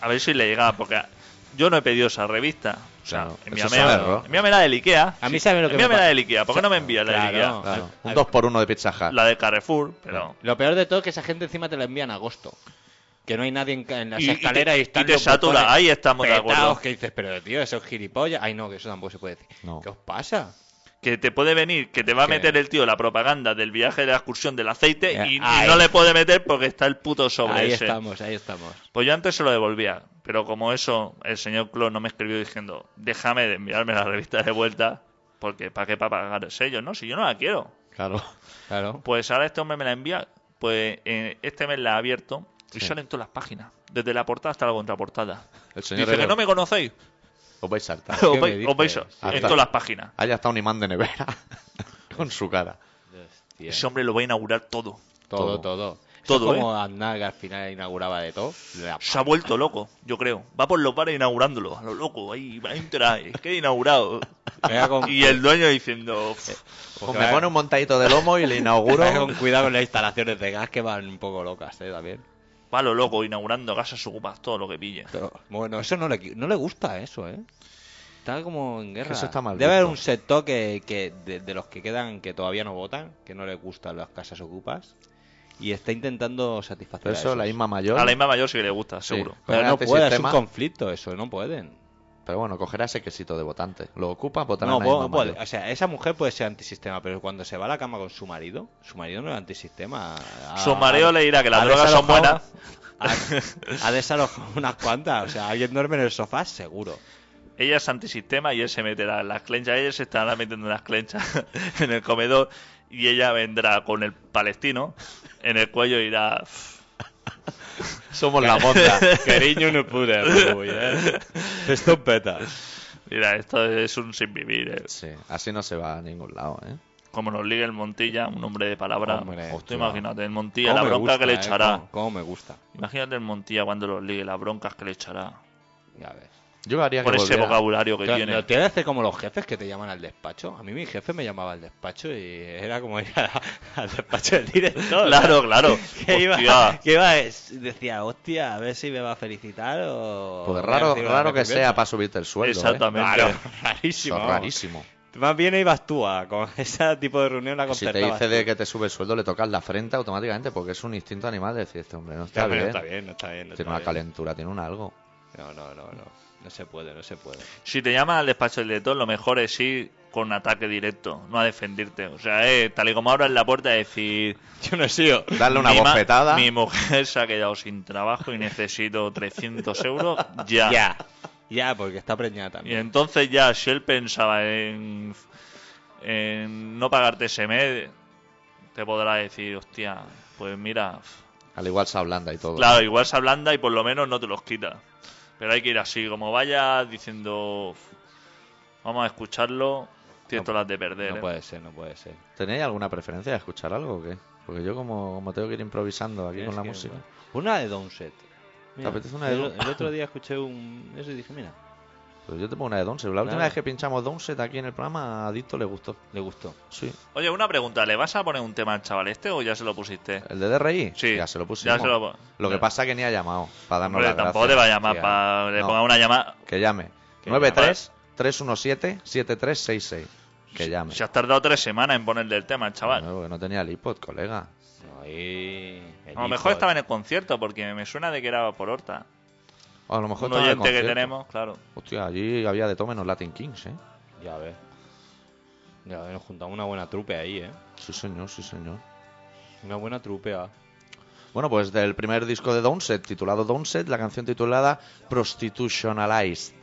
A ver si le llegaba, porque a- yo no he pedido esa revista. O sea,
Claro, eso es un error.
envíame, envíame la del Ikea.
A mí sabe lo que me
Envíame la
pa-
del Ikea, ¿por qué no me envías la del
Claro.
Ikea?
Claro.
Al-
Un
al-
2 por 1 de Pizza Hut.
La de Carrefour, pero...
Lo peor de todo es que esa gente encima te la envía en agosto. Que no hay nadie en, ca- en las
Y- y te-
escaleras y, están
y te
los
satura,
botones
ahí estamos de acuerdo.
petaos, que dices, pero tío, esos gilipollas. Ay, no, que eso tampoco se puede decir.
No.
¿Qué os pasa?
que te puede venir, que te va a
Que-
meter el tío la propaganda del viaje de la excursión del aceite
Eh,
y, y
ahí.
no le puede meter porque está el puto sobre
ahí
ese.
estamos, ahí estamos.
Pues yo antes se lo devolvía, pero como eso, el señor Clos no me escribió diciendo, déjame de enviarme la revista de vuelta, porque ¿para qué para pagar el sello? No, si yo no la quiero.
Claro.
Claro.
Pues ahora este hombre me la envía, pues eh, este mes la ha abierto y salen todas las páginas, desde la portada hasta la contraportada.
El señor
Dice que
Hereu.
no me conocéis,
Os vais a saltar.
[laughs] os
Ah, me
vais, os vais
dices?
en
Hasta-
todas las páginas.
Haya está un imán de nevera. [laughs] con su cara.
Hostia.
Ese hombre lo va a inaugurar todo.
todo.
todo, todo. Todo,
Todo, ¿eh?
como Aznar que al final inauguraba
[laughs]
de todo. La
Se ha vuelto loco, yo creo. Va por los bares inaugurándolo, a lo loco, ahí va a entrar, es que he inaugurado.
Venga con-
Y el dueño diciendo, "Pff,
Pues
Porque
me
va-
pone un montadito de lomo y le
[laughs]
inauguro.
Tenga con cuidado con las instalaciones de gas que van un poco locas, eh, también.
va a lo loco, inaugurando casas ocupas, todo lo que pille.
Pero, bueno, eso no le, qui- no le gusta eso, ¿eh? Está como en guerra.
Que eso está mal
Debe haber
visto.
un sector que, que de, de los que quedan que todavía no votan, que no les gustan las casas ocupas, y está intentando satisfacer
Pero
a
eso, la
esos.
Isma Mayor.
A la Inma Mayor sí que le gusta,
Sí.
seguro.
Pero
Con
no
este
puede,
sistema-
es un conflicto eso, no pueden.
Pero bueno, cogerá ese quesito de votante. Lo ocupa, votará
No,
a la
po-
Isma
puede.
Mayor.
O sea, esa mujer puede ser antisistema, pero cuando se va a la cama con su marido, su marido no es antisistema. Ha-
Su marido le dirá que las
ha
drogas son
desalojado-
buenas.
[laughs] Ha, ha desalojado unas cuantas. O sea, alguien duerme en el sofá, seguro.
Ella es antisistema y él se meterá en las clenchas. Ella se estará metiendo en las clenchas [laughs] en el comedor y ella vendrá con el palestino en el cuello y irá.
Somos la monda.
Cariño no pude.
[laughs]
Esto eh? peta.
Mira, esto es un sin vivir. eh.
Sí, así no se va a ningún lado, ¿eh?
Como nos liga el Montilla, un hombre de palabra.
Hombre,
Hostia,
hostia.
imagínate, el Montilla, la bronca que le echará.
eh, ¿Cómo, cómo me gusta.
Imagínate el Montilla cuando los ligue, las broncas que le echará.
Ya ves.
Yo haría
Por
que
ese
volviera.
vocabulario que
Claro,
tiene.
no, te voy a hacer como los jefes que te llaman al despacho. A mí mi jefe me llamaba al despacho y era como ir a- [laughs] al despacho del director.
Claro, claro.
[laughs] Que iba,
Hostia.
que iba, es- decía, hostia, a ver si me va a felicitar o...
Porque
voy a
Pues raro,
recibir una
raro que
recompensa".
sea para subirte el sueldo. ¿eh?
Exactamente.
Claro, [laughs]
Eso
rarísimo.
es
vamos.
rarísimo.
Más bien ibas tú a, con [laughs] ese tipo de reunión la
Si te
concertabas.
dice de
tú.
que te sube el sueldo, le tocas la frente automáticamente porque es un instinto animal de decir, este hombre no está,
Claro,
bien.
no está bien, no está bien. no
Tiene
está
una calentura, tiene un algo.
bien. No, no, no, no. No se puede, no se puede.
[laughs]
Si te llaman al despacho del director, lo mejor es ir con ataque directo, no a defenderte. O sea, eh, tal y como abras la puerta, decir.
Yo no he [laughs] sido.
Darle una
"Mi ma-
bofetada.
Mi mujer [laughs] se ha quedado sin trabajo y necesito 300 euros ya.
Ya. Ya, porque está preñada
Y
también.
entonces ya, si él pensaba en, en no pagarte ese mes, te podrá decir, hostia, pues mira,
Al igual se ablanda y todo.
Claro, igual se ablanda y por lo menos no te los quita. Pero hay que ir así, como vaya diciendo, vamos a escucharlo, tienes
No,
todas las de perder.
No
¿eh?
puede ser, no puede ser.
¿Tenéis alguna preferencia de escuchar algo o qué? Porque yo como, como tengo que ir improvisando aquí con la
Tienes que-
música.
Una de Downset. Mira,
apetece una de
el,
Down-
el [laughs] otro día escuché un. Eso y dije, mira,
Pues yo te pongo una de Donset. La última
Claro.
vez que pinchamos Donset aquí en el programa, a Dicto le gustó.
le gustó.
Sí.
Oye, una pregunta, ¿le vas a poner un tema al chaval este o ya se lo pusiste?
¿El de DRI?
Sí,
Ya se lo
ya
pusimos.
se lo-
Lo que pasa que ni ha llamado para darnos
Hombre,
las
tampoco te
gracias.
va a llamar
tía.
para le
No.
ponga una llamada.
Que llame.
Que
93-317-7366. Que llame.
Se has tardado tres semanas en ponerle el tema al chaval.
Bueno, porque no tenía el iPod, colega.
Ahí, el
a lo
hijo.
mejor estaba en el concierto porque me suena de que era por Horta.
O a lo mejor
Un
estaba en el
oyente que
concierto.
tenemos, claro.
Hostia, allí había de todo menos Latin Kings, ¿eh?
Ya ves. Ya ves, nos juntamos una buena trupe ahí, ¿eh?
Sí, señor, sí, señor.
Una buena ah. trupea.
Bueno, pues del primer disco de Downset, titulado Downset, la canción titulada Prostitutionalized.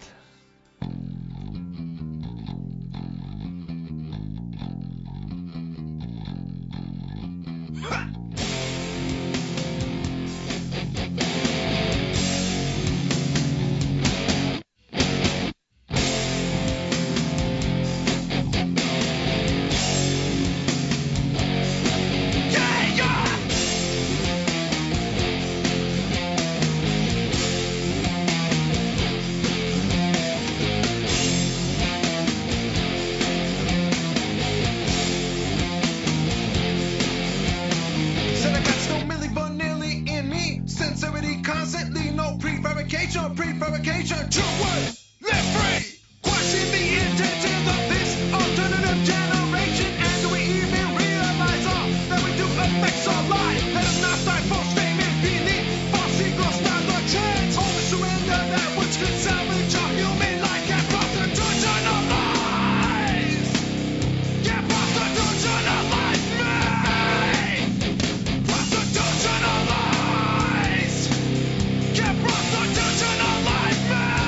Said I got no milli vanilli in me. Sincerity constantly, no prefabrication, prefabrication. True words, let free. Question the intentions of this alternative generation. And do we even realize all that we do affects our life? Let us not die false fame and belief. False eagles, not the chance. Only surrender that which could salvage our human life. Get prostitution of lies. Get prostitution of lies, mate. Prostitutionalized! Get prostitutionalized, man!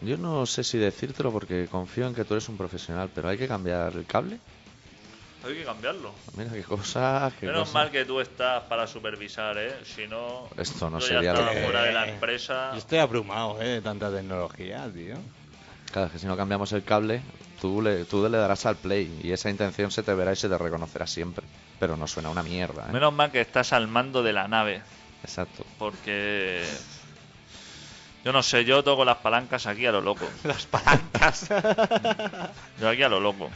Yo no sé si decírtelo porque confío en que tú eres un profesional, pero hay que cambiar el cable.
Hay que cambiarlo.
Mira qué cosas, qué
Menos
cosas.
mal que tú estás para supervisar, ¿eh? Si no,
Esto no
yo
sería
ya
lo
estaba
que-
fuera de la empresa.
Yo estoy abrumado, ¿eh? De tanta tecnología, tío.
Claro, que si no cambiamos el cable, tú le, tú le darás al play y esa intención se te verá y se te reconocerá siempre. Pero no suena una mierda, ¿eh?
Menos mal que estás al mando de la nave,
Exacto.
porque yo no sé, yo toco las palancas aquí a lo loco.
[laughs] Las [laughs] palancas.
Yo aquí a lo loco.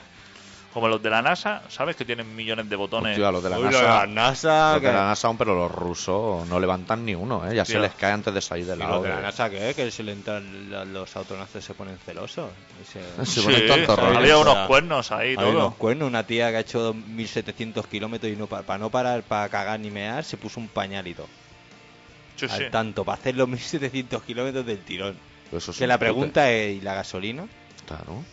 Como los de la NASA, ¿sabes que tienen millones de botones?
Hostia, los de la
Uy, lo de
NASA.
la NASA,
los de
que-
la NASA aún, pero los rusos no levantan ni uno, ¿eh? Ya se
Tío.
les cae antes de salir del
¿Y lo
lado.
de la NASA qué es? Que si le entran la- los autonaces se ponen celosos. Y se- [laughs]
Se ponen tanto rollo.
había unos
Era-
cuernos ahí,
Hay unos
todo.
cuernos, una tía que ha hecho 1700 kilómetros y no para, no parar, para cagar ni mear, se puso un pañalito.
Sí, sí.
Al tanto, para hacer los 1700 kilómetros del tirón.
Eso es
que
Pues un
la
pute.
pregunta es, ¿y la gasolina?
Claro.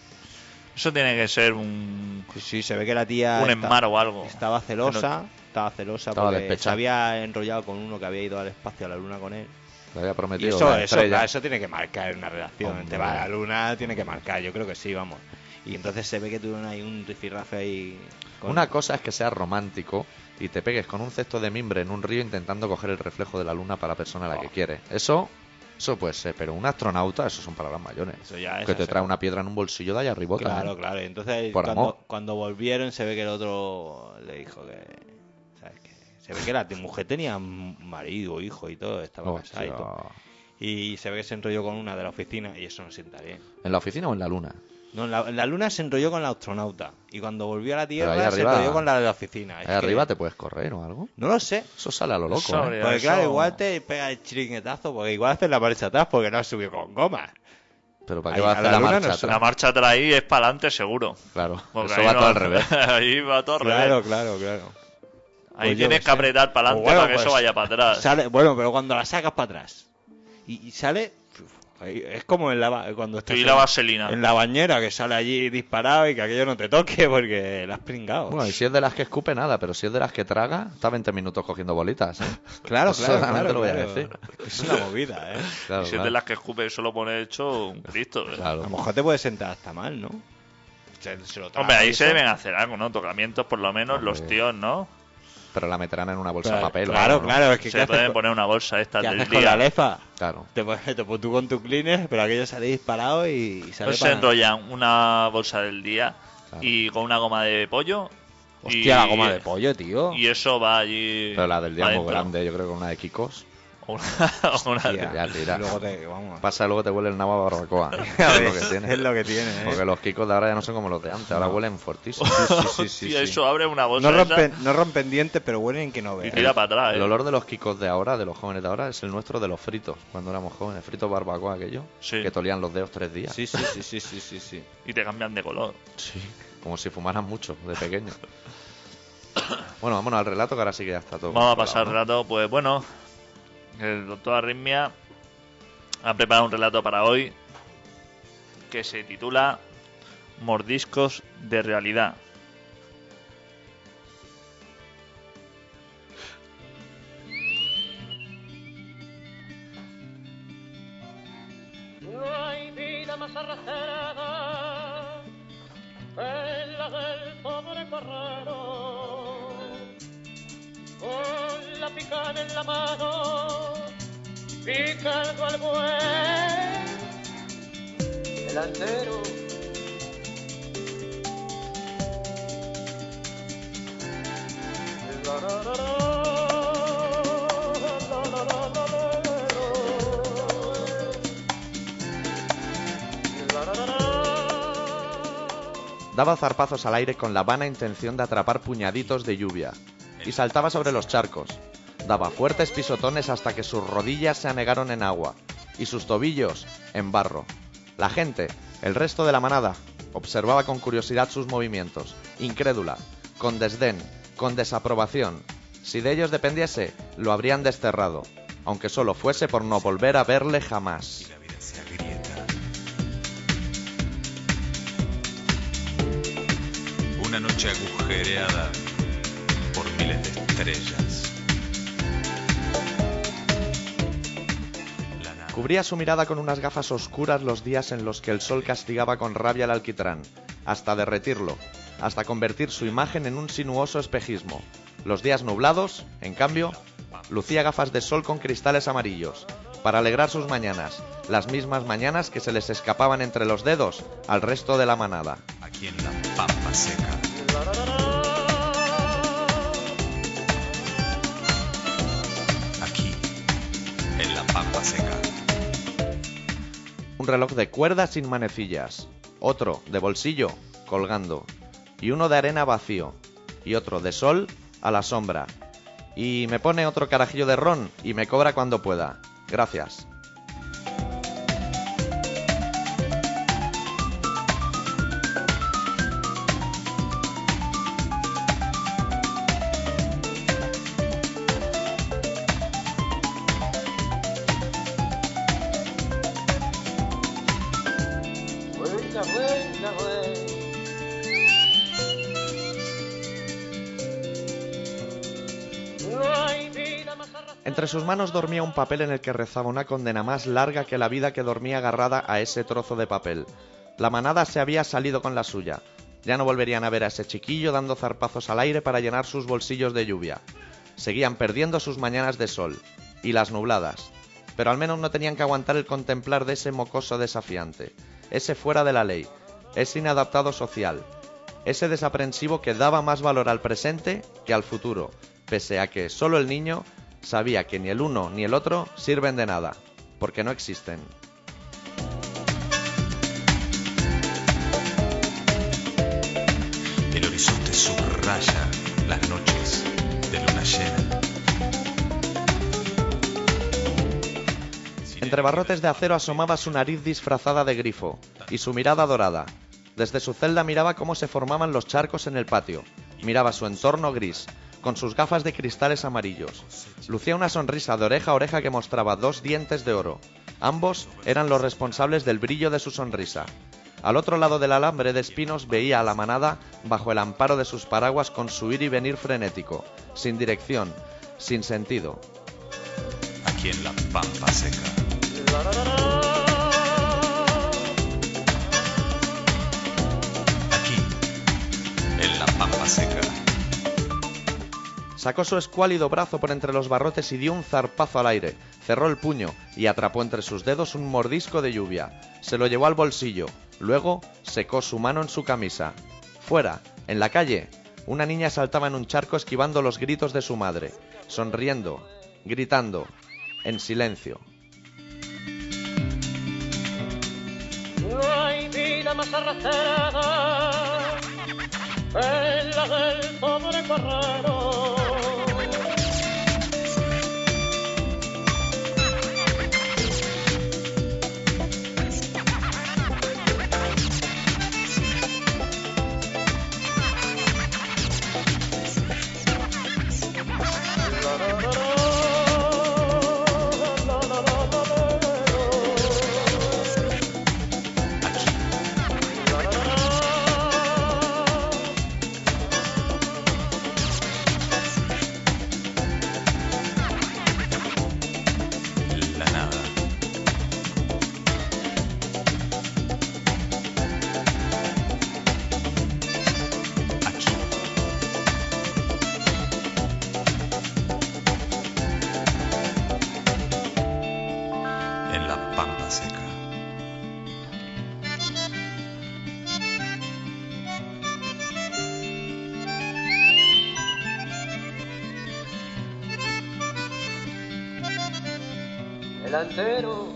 Eso tiene que ser un,
Pues sí, se ve que la tía...
un
esta-
enmar o algo.
Estaba celosa, estaba celosa
Estaba
porque se
despechada.
había enrollado con uno que había ido al espacio, a la luna con él.
Te había
Y
prometido.
eso,
la
eso,
estrella.
claro, eso tiene que marcar una relación.
Hombre.
Te va a la luna, tiene que marcar, yo creo que sí, vamos. Y entonces se ve que tuvieron ahí un rifirrafe ahí... con-
Una cosa es que seas romántico y te pegues con un cesto de mimbre en un río intentando coger el reflejo de la luna para la persona a la que
Oh.
quieres. Eso, eso puede ser, pero un astronauta, eso son palabras mayores.
Eso ya es
que te
hacer-
trae una piedra en un bolsillo de allá arriba.
Claro, claro. Y entonces
¿eh? Por amor.
cuando, cuando volvieron se ve que el otro le dijo que... ¿sabes qué? Se ve que la t- mujer tenía m- marido, hijo y todo,
Oh,
estaba casada y todo. Y se ve que se enrolló con una de la oficina y eso no sienta bien.
¿En la oficina o en la luna?
No, en la, en la luna se enrolló con la astronauta y cuando volvió a la
Pero ahí
Tierra se
arriba-
enrolló con la de la oficina.
Ahí
Es que-
arriba te puedes correr o algo.
No lo sé.
Eso sale a lo loco.
Sobre-
¿eh?
Pero
Porque
eso-
claro, igual te pega el chiringuetazo, porque igual haces la marcha atrás porque no has subido con goma.
Pero ¿para
Ahí
qué va a
a
hacer
la
la,
luna
marcha
no
atrás?
La marcha atrás ahí es para adelante seguro.
Claro,
Porque
eso
ahí
va
no-
todo al revés.
[laughs] ahí va todo al revés.
Claro, claro, claro.
Ahí
Pues yo
tienes
qué
que
sé.
apretar para adelante
Pues bueno,
para que eso
pues,
vaya para atrás.
Sale- bueno, pero cuando la sacas para atrás y, y sale, uf, ahí- es como en la, ba- cuando estás
Y
en,
la vaselina.
en la bañera que sale allí disparado y que aquello no te toque porque la has pringado.
[laughs] Bueno, y si es de las que escupe, nada, pero si es de las que traga, está 20 minutos cogiendo bolitas. ¿eh?
[laughs] claro,
Eso
claro,
solamente
claro,
lo voy a
claro.
decir.
Es una movida, ¿eh?
Claro,
y si es de
claro.
las que escupe y solo pone hecho un Cristo. ¿eh?
A
Claro.
lo mejor te puede sentar hasta mal, ¿no? Se- se lo traga
Hombre, ahí
y
se
eso.
deben hacer algo, ¿no? Tocamientos por lo menos
Hombre.
los tíos, ¿no?
Pero la meterán en una bolsa
Claro,
de papel. o
claro,
algo, ¿no?
claro, es que ¿qué
Se
haces
pueden
con-
poner una bolsa esta
¿Qué
del
haces con la
día.
lefa?
Claro.
Te pones, te pones tú con tu cleaner, pero aquello sale disparado y, y sale
Entonces se
para-
enrollan una bolsa del día
Claro.
y con una goma de pollo. y-
Hostia, la goma de pollo, tío.
Y eso va allí.
Pero la del día
va
es muy
dentro.
grande, yo creo que una de Kikos.
O [laughs] una- o una-
Hostia.
Ya tira.
Y Luego te, vamos.
Pasa luego te huele el nabo a
[laughs]
barbacoa. [laughs] ¿eh?
A
es
ver,
lo que tiene.
es lo que tiene, ¿eh?
Porque los Kikos de ahora ya no son como los de antes, ahora huelen
[laughs]
fortísimo.
Hostia, eso abre una bolsa
No
esa
rompen, no rompen dientes, pero huelen que no
y
veas.
tira para atrás. ¿eh?
El olor de los Kikos de ahora, de los jóvenes de ahora, es el nuestro de los fritos. Cuando éramos jóvenes, fritos barbacoa aquello,
Sí.
que tolían los dedos tres días.
Sí, sí, sí, sí, sí, sí, sí.
Y te cambian de color.
Sí, como si fumaran mucho de
[coughs]
pequeño. bueno, vámonos al relato que ahora sí que ya está todo.
Vamos a pasar
controlado,
el rato, pues bueno. El doctor Arritmia ha preparado un relato para hoy que se titula Mordiscos de realidad.
No hay vida más arrastrada en la del pobre marrano. Con la picana en la mano, picando al buey delantero. La, la, la, la, la, la, la, la, la. La, la, la, la.
¿no? Daba zarpazos al aire con la vana intención de atrapar puñaditos de lluvia. Y saltaba sobre los charcos. Daba fuertes pisotones hasta que sus rodillas se anegaron en agua. Y sus tobillos en barro. La gente, el resto de la manada, observaba con curiosidad sus movimientos. Incrédula, con desdén, con desaprobación. Si de ellos dependiese, lo habrían desterrado. Aunque solo fuese por no volver a verle jamás.
Una noche agujereada por miles de estrellas. La nave.
Cubría su mirada con unas gafas oscuras los días en los que el sol castigaba con rabia el alquitrán, hasta derretirlo, hasta convertir su imagen en un sinuoso espejismo. Los días nublados, en cambio, lucía gafas de sol con cristales amarillos, para alegrar sus mañanas, las mismas mañanas que se les escapaban entre los dedos al resto de la manada.
Aquí en la pampa seca. Aquí en la pampa seca.
Un reloj de cuerda sin manecillas, otro de bolsillo, colgando, y uno de arena vacío, y otro de sol a la sombra. Y me pone otro carajillo de ron y me cobra cuando pueda. Gracias.
Vuelta, vuelta, vuelta. No hay vida más arrastrada.
Entre sus manos dormía un papel en el que rezaba una condena más larga que la vida que dormía agarrada a ese trozo de papel. La manada se había salido con la suya. Ya no volverían a ver a ese chiquillo dando zarpazos al aire para llenar sus bolsillos de lluvia. Seguían perdiendo sus mañanas de sol y las nubladas. Pero al menos no tenían que aguantar el contemplar de ese mocoso desafiante, ese fuera de la ley, ese inadaptado social, ese desaprensivo que daba más valor al presente que al futuro, pese a que solo el niño sabía que ni el uno ni el otro sirven de nada, porque no existen.
El horizonte subraya las noches de luna llena.
Entre barrotes de acero asomaba su nariz disfrazada de grifo y su mirada dorada. Desde su celda miraba cómo se formaban los charcos en el patio. Miraba su entorno gris, con sus gafas de cristales amarillos. Lucía una sonrisa de oreja a oreja que mostraba dos dientes de oro. Ambos eran los responsables del brillo de su sonrisa. Al otro lado del alambre de espinos veía a la manada bajo el amparo de sus paraguas con su ir y venir frenético, sin dirección, sin sentido.
Aquí en la pampa seca. Aquí en la pampa seca.
Sacó su escuálido brazo por entre los barrotes y dio un zarpazo al aire. Cerró el puño y atrapó entre sus dedos un mordisco de lluvia. Se lo llevó al bolsillo. Luego secó su mano en su camisa. Fuera, en la calle, una niña saltaba en un charco esquivando los gritos de su madre, sonriendo, gritando, en silencio.
No hay vida más arrastrada que la del pobre parrado.
La nada. Aquí. En la pampa seca.
Delantero.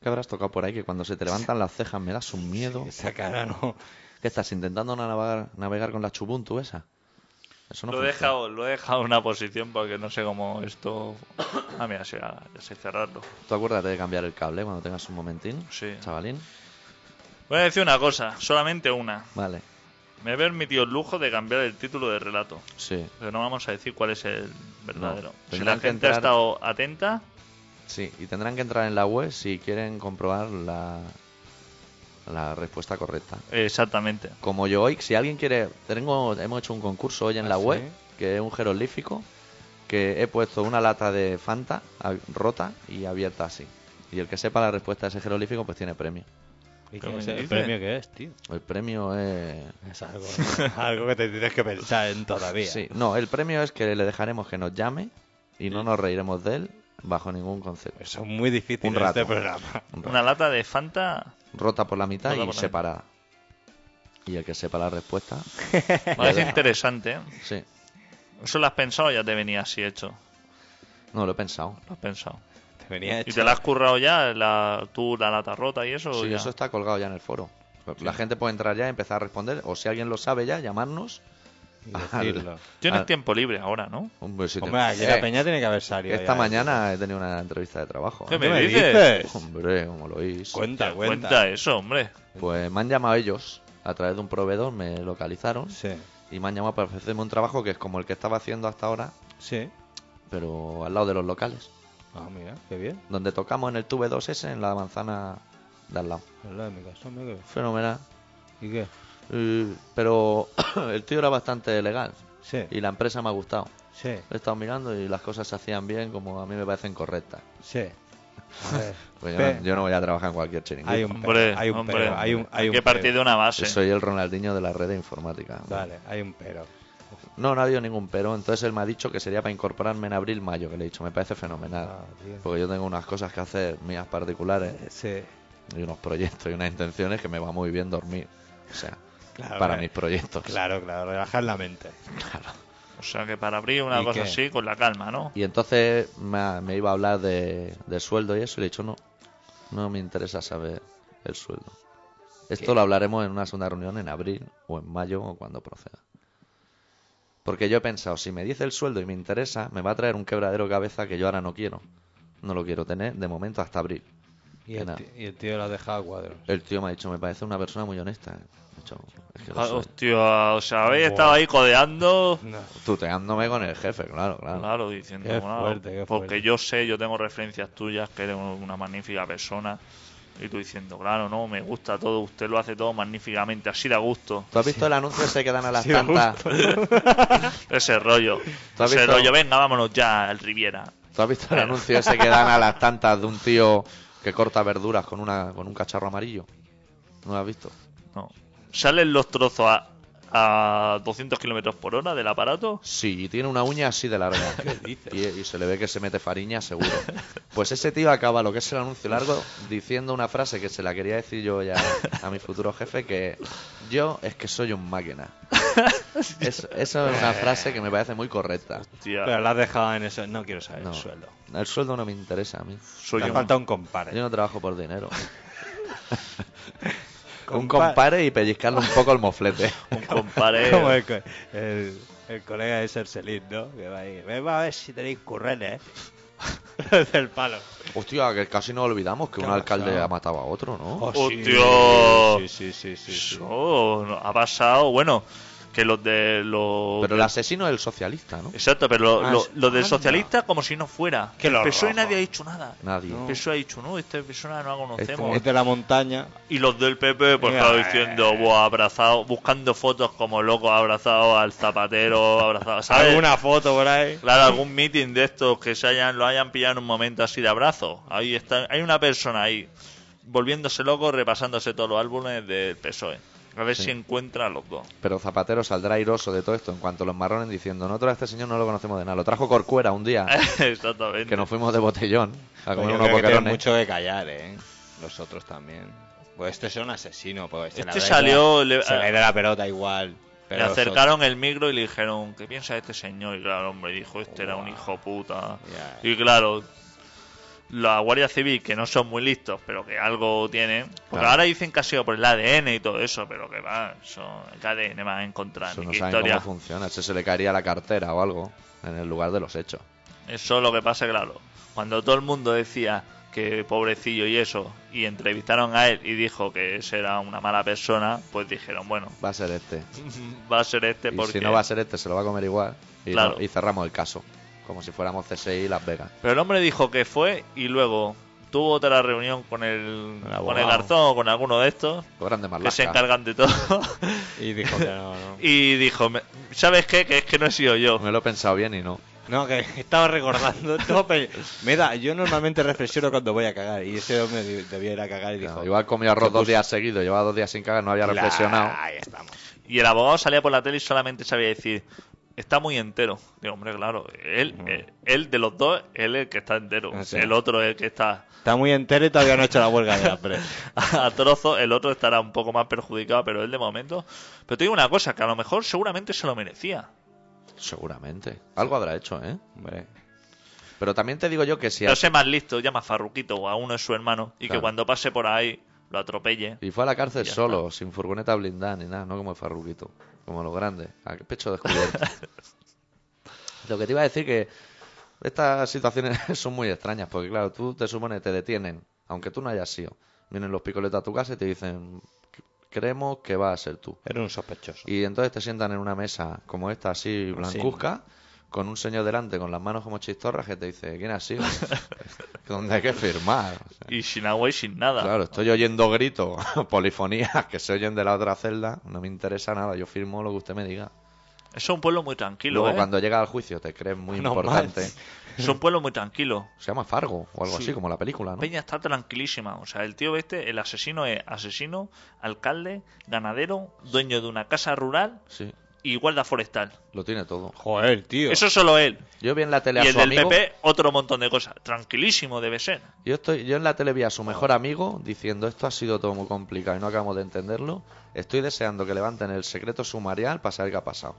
¿Qué habrás tocado por ahí? Que cuando se te levantan las cejas me das un miedo.
[laughs] Esa cara no.
¿Qué estás intentando navegar, navegar con la chubuntu esa? Eso no
Lo he,
funciona.
dejado, lo he dejado en una posición porque no sé cómo esto. [coughs] Ah, mira, sí, ahora ya sé cerrarlo.
Tú acuérdate de cambiar el cable cuando tengas un momentín,
Sí.
chavalín.
Voy a decir una cosa, solamente una.
Vale,
Me he permitido el lujo de cambiar el título del relato.
sí,
Pero no vamos a decir cuál es el verdadero.
No,
si
tendrán
la
que
gente ha
entrar-
estado atenta,
sí. Y tendrán que entrar en la web si quieren comprobar la, la respuesta correcta.
exactamente.
Como yo hoy, si alguien quiere, tengo, hemos hecho un concurso hoy en
¿Ah,
la
sí?
web, que es un jerolífico, que he puesto una lata de Fanta a- rota y abierta así. Y el que sepa la respuesta a ese jeroglífico, pues tiene premio.
¿Y
¿Pero
qué es
me
el
dices?
premio que es, tío?
El premio es.
Es algo, [laughs] algo que te tienes que pensar en todavía.
Sí, no, el premio es que le dejaremos que nos llame y no nos reiremos de él bajo ningún concepto.
Eso es muy difícil
Un
en este
rato.
programa.
Una lata de Fanta.
Rota por la mitad
Rota
y
por la
separada. Y el que sepa la respuesta.
[laughs]
Parece interesante, ¿eh?
Sí,
¿Eso lo has pensado o ya te venía así hecho?
no lo he pensado.
Lo has pensado.
Te venía
¿Y
hecho.
te la has currado ya? La, ¿Tú la lata rota y
Oh,
eso? o
Sí,
ya?
eso está colgado ya en el foro. La gente puede entrar ya y empezar a responder. O si alguien lo sabe ya, llamarnos.
y decirlo.
Tienes
Ah.
tiempo libre ahora, ¿no?
Hombre, si te-
Hombre, aquí la
Eh,
peña tiene que haber salido.
Esta
ya. ¿eh?
mañana he tenido una entrevista de trabajo.
¿Qué
¿eh?
¿Qué me
dices?
dices?
Hombre, como lo oís.
Cuenta,
Te
cuenta.
eso, hombre.
Pues me han llamado ellos. A través de un proveedor me localizaron.
Sí,
Y me han llamado para ofrecerme un trabajo que es como el que estaba haciendo hasta ahora,
sí.
pero al lado de los locales.
Ah, mira, qué bien.
Donde tocamos en el Tube 2S en la manzana de al lado.
Al lado de mi casa, mira qué bien.
Fenomenal.
¿Y qué?
Eh, pero [coughs] el tío era bastante legal.
Sí,
Y la empresa me ha gustado.
sí,
He estado mirando y las cosas se hacían bien como a mí me parecen correctas.
sí.
[laughs]
A ver,
Pues yo,
Pe-
no, yo no voy a trabajar en cualquier chiringuito.
Hay un
Hombre,
pero, hay un
hombre.
pero, hay un, hay
Hay
un
que
pero.
partir de una base.
Soy el Ronaldinho de la red de informática.
Vale, hay un pero.
No, no ha habido ningún pero. Entonces él me ha dicho que sería para incorporarme en abril-mayo, que le he dicho, me parece fenomenal.
Ah, bien.
porque yo tengo unas cosas que hacer mías particulares
Sí,
y unos proyectos y unas intenciones que me va muy bien dormir. O sea,
Claro,
para
eh.
mis proyectos.
claro, claro, relajar la mente.
O sea que para abrir una
¿Y
cosa
qué?
así, con la calma, ¿no?
Y entonces me, ha- me iba a hablar de, de sueldo y eso, y le he dicho, no, no me interesa saber el sueldo. Esto lo hablaremos en una segunda reunión en abril o en mayo o cuando proceda. Porque yo he pensado, si me dice el sueldo y me interesa, me va a traer un quebradero de cabeza que yo ahora no quiero. No lo quiero tener de momento hasta abril.
Y el,
Nada.
tío, y el tío lo ha dejado a cuadros.
El tío me ha dicho, me parece una persona muy honesta. Me ha dicho, "Es que lo
Ah,
soy".
Hostia, o sea, habéis
Buah.
estado ahí codeando.
No.
Tuteándome con el jefe, claro, claro.
Claro, diciendo,
Qué
bueno,
fuerte, qué
porque
fuerte.
yo sé, yo tengo referencias tuyas, que eres una magnífica persona. Y tú diciendo, claro, no, me gusta todo, usted lo hace todo magníficamente, así da gusto.
¿Tú has visto el anuncio ese que dan a las
Sí,
tantas?
Ese rollo.
¿Tú has
Ese
visto?
rollo, venga, vámonos ya al Riviera.
¿Tú has visto el anuncio ese que dan a las tantas de un tío que corta verduras con una con un cacharro amarillo? ¿No lo has visto?
No. Salen los trozos a, a 200 kilómetros por hora del aparato.
Sí, y tiene una uña así de
[laughs]
larga.
dices?
Y, y se le ve que se mete fariña, seguro. Pues ese tío acaba lo que es el anuncio largo diciendo una frase que se la quería decir yo ya a mi futuro jefe, que yo es que soy un
[laughs]
máquina. Es- eso es una frase que me parece muy correcta.
Hostia,
Pero lo has dejado en eso. No quiero saber
No,
el sueldo.
el sueldo no me interesa a mí.
soy
Le
un-
falta un compare.
Yo no trabajo por [laughs] dinero. un
Compa-
compare y pellizcarle un poco el moflete.
un compadre.
[laughs] Como el, co- el, el colega de Serselín, ¿no? Que va ahí. Ven a ver si tenéis currenes. ¿eh?". [laughs] Del palo.
[laughs] Hostia, que casi nos olvidamos que un
Claro,
alcalde
claro.
ha matado a otro, ¿no?
Hostia.
Sí, sí, sí, sí, sí.
Eso no, ha pasado, bueno, que los de los.
Pero el asesino es el socialista, ¿no?
Exacto, pero lo-
Ah,
lo-
es-
los del
anda.
socialista como si no fuera.
Que lo
el PSOE
rojo.
E nadie ha dicho nada.
Nadie.
El PSOE E ha dicho, no, este esta persona E no la
Como
conocemos.
Este es de la montaña.
Y los del PP, pues claro, diciendo, buah, abrazado, buscando fotos como locos, abrazado al zapatero, abrazado, ¿sabes?
Alguna foto por ahí.
Claro, algún meeting de estos que se hayan, lo hayan pillado en un momento así de abrazo. Ahí está, hay una persona ahí volviéndose loco, repasándose todos los álbumes del PSOE. E. A ver si encuentra a los dos.
Pero Zapatero saldrá airoso de todo esto en cuanto a los marrones diciendo, nosotros a este señor no lo conocemos de nada. Lo trajo Corcuera un día,
[laughs] Exactamente.
Ah. que nos fuimos de botellón a
Pero
comer
yo
unos
creo que tienen
boquerones.
mucho que callar, ¿eh? Los otros también. Pues este es un asesino. Pues se le
Este
habrá
salió,
ido-
le-
se le ha ido la pelota igual.
Le
Pero los
acercaron el micro y le dijeron, ¿qué piensa este señor? Y claro, el hombre, dijo, este era un
Guau.
hijo puta.
Ya,
Y claro, la Guardia Civil, que no son muy listos, pero que algo tienen. Porque
Claro.
ahora dicen que ha sido por el ADN y todo eso, pero que va, son, ¿qué ADN van a encontrar?
Eso
Ni
no
qué
saben
historia.
cómo funciona. Ese se le caería la cartera o algo en el lugar de los hechos.
Eso es lo que pasa, claro. Cuando todo el mundo decía que pobrecillo y eso, y entrevistaron a él y dijo que ese era una mala persona, pues dijeron, bueno,
Va a ser este.
va a ser este
Y
porque...
si no va a ser este, se lo va a comer igual. Y, no-
Claro.
y cerramos el caso. Como si fuéramos CSI Las Vegas.
Pero el hombre dijo que fue y luego tuvo otra reunión con el,
El
con el
abogado.
Garzón o con alguno de estos,
Lo grande más
que se encargan de todo. [laughs]
Y dijo que no, no.
y dijo, "Me- ¿sabes qué? Que es que no he sido yo.
Me lo he pensado bien y no.
No, que estaba recordando. [laughs] No, pe- me da, yo normalmente reflexiono cuando voy a cagar. Y ese hombre di- debía ir a cagar y dijo.
Claro, igual comía arroz dos días seguidos, llevaba dos días sin cagar, no había
"La-
reflexionado.
Ahí estamos.
Y el abogado salía por la tele y solamente sabía decir, está muy entero. Digo, hombre, claro, él, eh, él de los dos, él es el que está entero.
Ah, sí.
El otro es el que está
Está muy entero y todavía no ha hecho la huelga
[laughs]
de hambre.
a trozos, el otro estará un poco más perjudicado, pero él de momento... Pero te digo una cosa, que a lo mejor seguramente se lo merecía.
Seguramente. Algo habrá hecho, ¿eh?
Hombre.
Pero también te digo yo que si...
No sé más listo, llama a Farruquito o a uno de su hermano y
Claro.
que cuando pase por ahí lo atropelle.
Y fue a la cárcel
Ya
solo, sin furgoneta blindada ni nada, no como el farruquito, como los grandes, a pecho descubierto. Lo que te iba a decir que estas situaciones [laughs] son muy extrañas, porque claro, tú te supones, te detienen, aunque tú no hayas sido. Vienen los picoletas a tu casa y te dicen, creemos que va a ser tú.
Era un sospechoso.
Y entonces te sientan en una mesa como esta, así blancuzca, con un señor delante, con las manos como chistorras, que te dice, ¿quién ha sido? [laughs] ¿Dónde hay que firmar? O sea,
Y sin agua y sin nada.
Claro, estoy oyendo gritos, [laughs] polifonías que se oyen de la otra celda, no me interesa nada, yo firmo lo que usted me diga.
Eso es un pueblo muy tranquilo,
Luego
¿eh?
cuando llega al juicio te crees muy
No
importante.
más.
Es un pueblo muy tranquilo.
Se llama Fargo o algo
Sí.
así, como la película, ¿no?
Peña está tranquilísima. O sea, el tío este, el asesino es asesino, alcalde, ganadero, dueño de una casa rural
Sí,
y guarda forestal.
lo tiene todo.
Joder, tío.
Eso solo él.
Yo vi en la
Y
tele a
el
su
del
amigo.
PP, otro montón de cosas. Tranquilísimo debe ser.
Yo, estoy, yo en la tele vi a su mejor amigo diciendo esto ha sido todo muy complicado y no acabamos de entenderlo. Estoy deseando que levanten el secreto sumarial para saber qué ha pasado.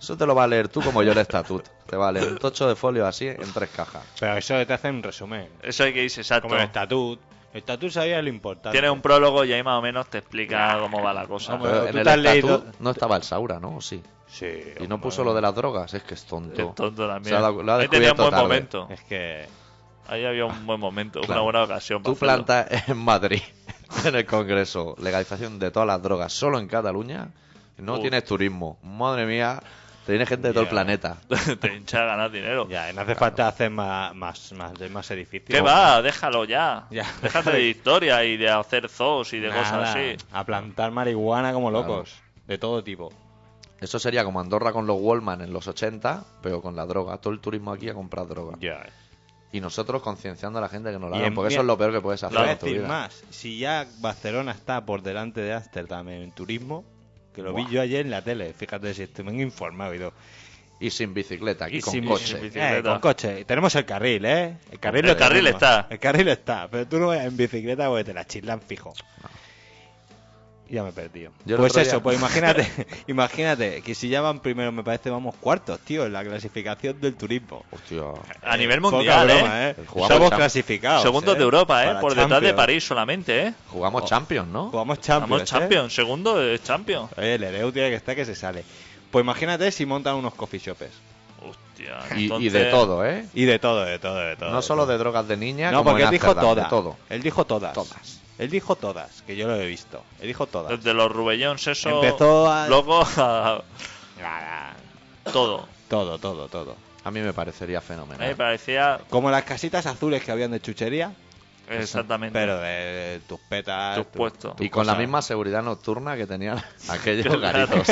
Eso te lo va a leer tú como yo el estatuto. Te va a leer un tocho de folio así en tres cajas.
Pero eso te hace un resumen.
Eso hay que irse exacto.
Como el estatut. El estatut sabía lo importante.
Tiene un prólogo y ahí más o menos te explica cómo va la cosa.
Vamos,
Pero
tú
en
te
el
has leído-
estatut no estaba el Saura, ¿no? ¿O Sí.
Sí,
Y
hombre.
no puso lo de las drogas, es que es tonto.
Es tonto también.
Se ha dado- lo ha
ahí tenía un
descubierto
buen
tarde. Eh.
momento.
Es que.
Ahí había un buen momento,
Claro.
una buena ocasión. para
Tú
hacerlo.
plantas en Madrid, [laughs] en el Congreso, legalización de todas las drogas solo en Cataluña, no
Uf.
tienes turismo. Madre mía, te viene gente de todo el
Ya.
planeta.
[laughs] te hincha a ganar dinero.
Ya, eh, no hace falta hacer más, más, más, más edificios.
¿Qué va? Déjalo ya.
Ya.
Déjate
[laughs]
de historia y de hacer zoos y de cosas
Nada,
así.
A plantar marihuana como locos. De todo tipo.
Eso sería como Andorra con los Wallman en los 80, pero con la droga. Todo el turismo aquí a comprar droga.
Ya.
Y nosotros concienciando a la gente que no la
Y
hagan,
en-
porque eso es lo peor que puedes hacer
Lo voy a
en tu
decir
vida.
más. Si ya Barcelona está por delante de Ámsterdam en turismo, que lo
Buah.
vi yo ayer en la tele. Fíjate si estoy bien informado y todo.
Y sin bicicleta, aquí
Y
con
sin
coche.
bici-
Eh, con coche. Tenemos el carril, ¿eh? El carril,
El
lo
carril
tenemos.
está.
El carril está. Pero tú no vayas en bicicleta porque te la chislan fijo. Ya me he perdido.
Yo el
pues
otro
eso,
día-
pues imagínate,
[laughs]
[laughs] imagínate que si ya van primero, me parece vamos cuartos, tío, en la clasificación del turismo.
Hostia.
A nivel
Poca
mundial,
broma,
¿eh?
¿eh?
Jugamos
Somos
Champ-
clasificados.
Segundos
¿eh?
de Europa, ¿eh?
Para
Por detrás de
Champions.
París solamente, ¿eh?
Jugamos
Oh.
Champions, ¿no?
Jugamos Champions.
Vamos
¿eh?
Champions, segundo de Champions.
Oye, el Ereu tiene que estar que se sale. Pues imagínate si montan unos coffee shops.
Hostia,
Y, y
entonces-
de todo, ¿eh?
Y de todo, de todo, de todo.
No solo de drogas de niña,
No,
como
porque
en
él dijo
Ámsterdam, de
todas.
todo.
Él dijo todas.
Todas.
Él dijo todas, que yo lo he visto. Él dijo todas.
Desde los Rubellones, eso.
Empezó a-
Luego [laughs] a.
Ah,
Todo.
Todo, todo, todo.
A mí me parecería
A
fenomenal.
mí Me parecía.
Como las casitas azules que habían de chuchería,
Exactamente.
pero de tus petas.
Tus
tu-
puestos.
tus
Y con la
cosas.
misma seguridad nocturna que tenían aquellos
[laughs] Claro,
garitos.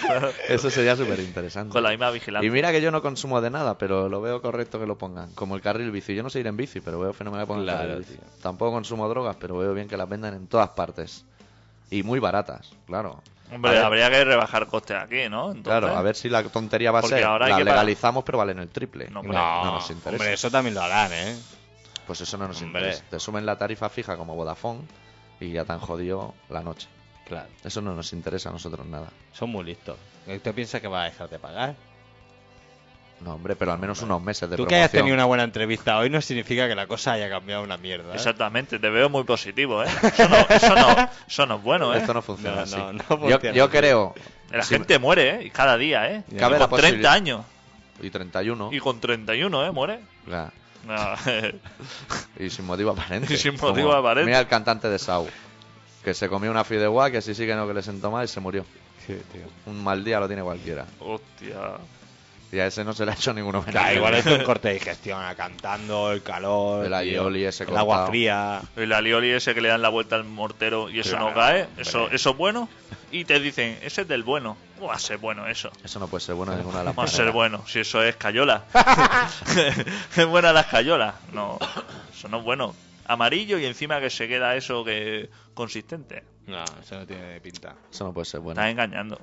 claro.
Eso sería súper interesante.
Con la
[laughs]
misma
Y
vigilancia.
mira que yo no consumo de nada, pero lo veo correcto que lo pongan. Como el carril bici. Yo no sé ir en bici, pero veo fenomenal poner
Claro,
el carril bici.
tío.
Tampoco consumo drogas, pero veo bien que las vendan en todas partes. Y muy baratas, claro.
Hombre,
A ver-
habría que rebajar costes aquí, ¿no? Entonces,
Claro, a ver si la tontería va a
Porque
ser.
ahora hay
la
que pagar-
legalizamos, pero valen el triple.
No,
No,
hombre, no
nos interesa.
hombre, eso también lo harán, ¿eh?
Pues eso no nos
Hombre.
interesa. Te suben la tarifa fija como Vodafone y ya tan jodido la noche.
Claro.
Eso no nos interesa a nosotros nada.
Son muy listos. ¿Tú piensas que vas a dejar de pagar?
No, hombre, pero al menos unos meses de
Tú que
promoción.
hayas tenido una buena entrevista hoy no significa que la cosa haya cambiado una mierda. ¿eh?
Exactamente, te veo muy
[laughs]
positivo, ¿eh? Eso no, eso no, eso no es bueno, ¿eh?
Esto no funciona
No,
así.
no, no
Yo-
funciona
yo,
así.
creo.
La
si-
gente muere, ¿eh? Y Cada día, ¿eh?
Ya. Cabe
Y
la
con 30
posibilidad.
años.
Y 31.
Y con 31, ¿eh? Muere.
claro,
No,
Y sin motivo aparente.
Y sin motivo aparente.
Mira el cantante de Sau. Que se comió una fideuá que sí sí que no que le sentó mal y se murió.
Sí, tío.
Un mal día lo tiene cualquiera.
[laughs] Hostia.
Y a ese no se le ha hecho ningún homenaje.
Da igual, es un corte de digestión, ah, cantando, el calor,
El aioli ese
el agua
cortado.
fría.
El alioli ese que le dan la vuelta al mortero y eso
Claro,
no cae, eso,
hombre.
eso es bueno. Y te dicen, ese es del bueno. Va a ser bueno eso.
Eso no puede ser bueno en ninguna de las
Va a ser
maneras.
bueno, si eso
[laughs]
es cayola. [laughs] es buena la cayola. No, eso no es bueno. Amarillo y encima que se queda eso que consistente.
No, eso no tiene pinta.
Eso no puede ser bueno.
Estás engañando.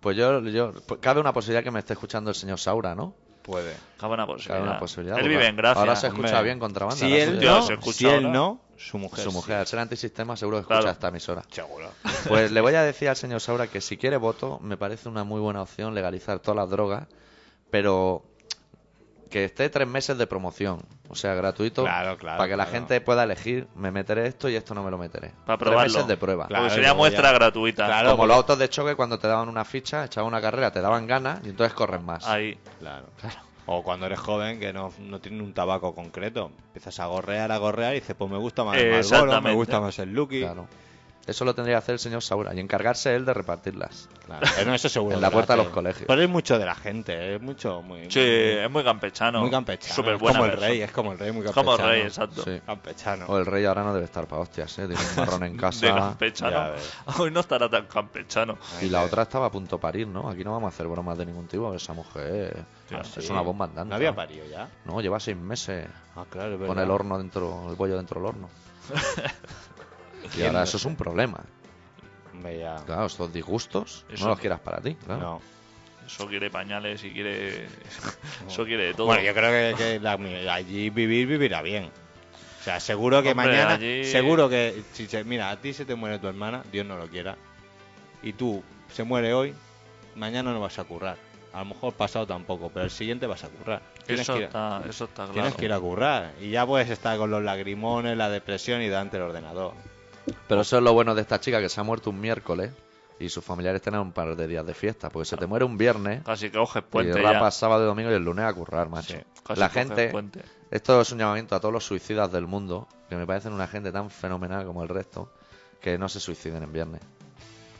Pues yo, yo, pues cabe una posibilidad que me esté escuchando el señor Saura, ¿no?
Puede.
Cabe una
Cabe
posibilidad.
una posibilidad.
Él
porque
vive en gracia.
Ahora se escucha
hombre.
bien contrabanda.
Si
la
él,
suya.
Tío,
no,
se escucha
si él
ahora.
no, su mujer.
Pues Su
sí.
mujer, al ser antisistema, seguro que escucha
Claro.
esta
[laughs]
emisora. [laughs]
Seguro.
Pues le voy a decir al señor Saura que si quiere voto, me parece una muy buena opción legalizar todas las drogas, pero que esté tres meses de promoción, o sea, gratuito,
Claro, claro,
para que la
claro.
gente pueda elegir, me meteré esto y esto no me lo meteré.
Para
tres
probarlo.
meses de prueba.
Claro,
Porque
y
sería
luego
muestra
ya-
gratuita.
Claro,
Como
porque-
los autos de choque cuando te daban una ficha, echaban una carrera, te daban ganas y entonces corren más.
Ahí.
Claro. O cuando eres joven que no, no tiene un tabaco concreto. Empiezas a gorrear, a gorrear y dices, pues me gusta más el Marlboro,
Exactamente.
me gusta más el Lucky.
Claro. Eso lo tendría que hacer el señor Saura y encargarse él de repartirlas
Claro. Eh, no, eso seguro.
en la
que lo
puerta de
hace.
los colegios.
Pero es mucho de la gente, ¿eh? es mucho, muy,
Sí, es muy campechano.
muy campechano.
Súper
es
buena
como el
persona.
rey, es como el rey, muy
Es
campechano.
como el rey, exacto.
Sí.
Campechano.
O el rey ahora no debe estar para hostias, ¿eh? Tiene un marrón en
[laughs] De
casa.
Ya
campechano.
ves.
[laughs] Hoy no estará tan campechano.
Y
Eh,
la otra estaba a punto de parir, ¿no? Aquí no vamos a hacer bromas de ningún tipo, esa mujer
Sí,
es
Sí.
una bomba andante.
¿No había parido ya?
No, lleva seis meses
Ah, claro, es
con
verdad.
el horno dentro, el bollo dentro del horno. y
Entiendo.
ahora eso es un problema.
Hombre, ya.
Claro, estos disgustos
Eso-
no los quieras para ti, claro.
No.
Eso quiere pañales y quiere. [laughs] Eso quiere de todo.
Bueno, yo creo que, que la- allí vivir vivirá bien. O sea, seguro que
Hombre,
mañana,
allí-
seguro que, si se- mira, a ti se te muere tu hermana, Dios no lo quiera, y tú se muere hoy, mañana no vas a currar. A lo mejor pasado tampoco, pero el siguiente vas a currar. Tienes,
eso,
que, ir, a-
está, eso está claro.
tienes que ir a currar y ya puedes estar con los lagrimones, la depresión y delante del ordenador.
Pero eso es lo bueno de esta chica que se ha muerto un miércoles y sus familiares tienen un par de días de fiesta, porque se te muere un viernes
Casi que coges
y
puente ya.
rapa sábado y domingo y el lunes a currar, macho.
Sí,
Casi
la
coges
gente,
puente.
Esto es un llamamiento a todos los suicidas del mundo, que me parecen una gente tan fenomenal como el resto, que no se suiciden en viernes,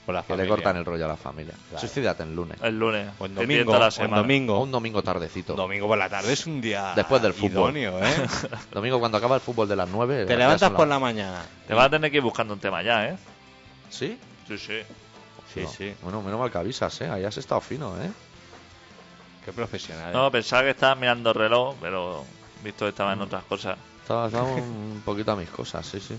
Por la
que le
familia.
cortan el rollo a la familia.
Claro.
Suicídate en lunes,
El lunes.
O en
que
domingo,
empieza la
o en
semana.
domingo.
o un domingo tardecito.
Domingo por la tarde es un día
Después del fútbol.
idóneo,
[laughs]
¿eh?
Domingo cuando acaba el fútbol de las 9.
te levantas por la mañana.
Te vas a tener que ir buscando un tema ya, ¿eh?
¿Sí?
Sí, sí.
Sí,
No.
sí.
Bueno, menos mal que avisas, ¿eh? Ahí has estado fino, ¿eh?
Qué profesional. ¿eh?
No, pensaba que estabas mirando el reloj, pero visto que
Mm.
estaba en otras cosas.
Estaba,
[laughs]
estaba un poquito a mis cosas, sí, sí.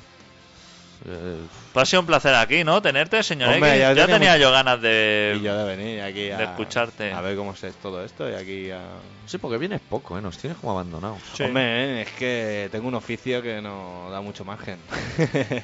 Eh,
Pues ha sido un placer aquí, ¿no? Tenerte, señor
Hombre,
X.
ya
Ya,
tenemos-
tenía yo ganas de...
Y yo de venir aquí a,
de escucharte.
a ver cómo es todo esto y aquí a...
sí, porque vienes poco, ¿eh? Nos tienes como abandonados.
Sí.
Hombre, eh, es que tengo un oficio que no da mucho margen.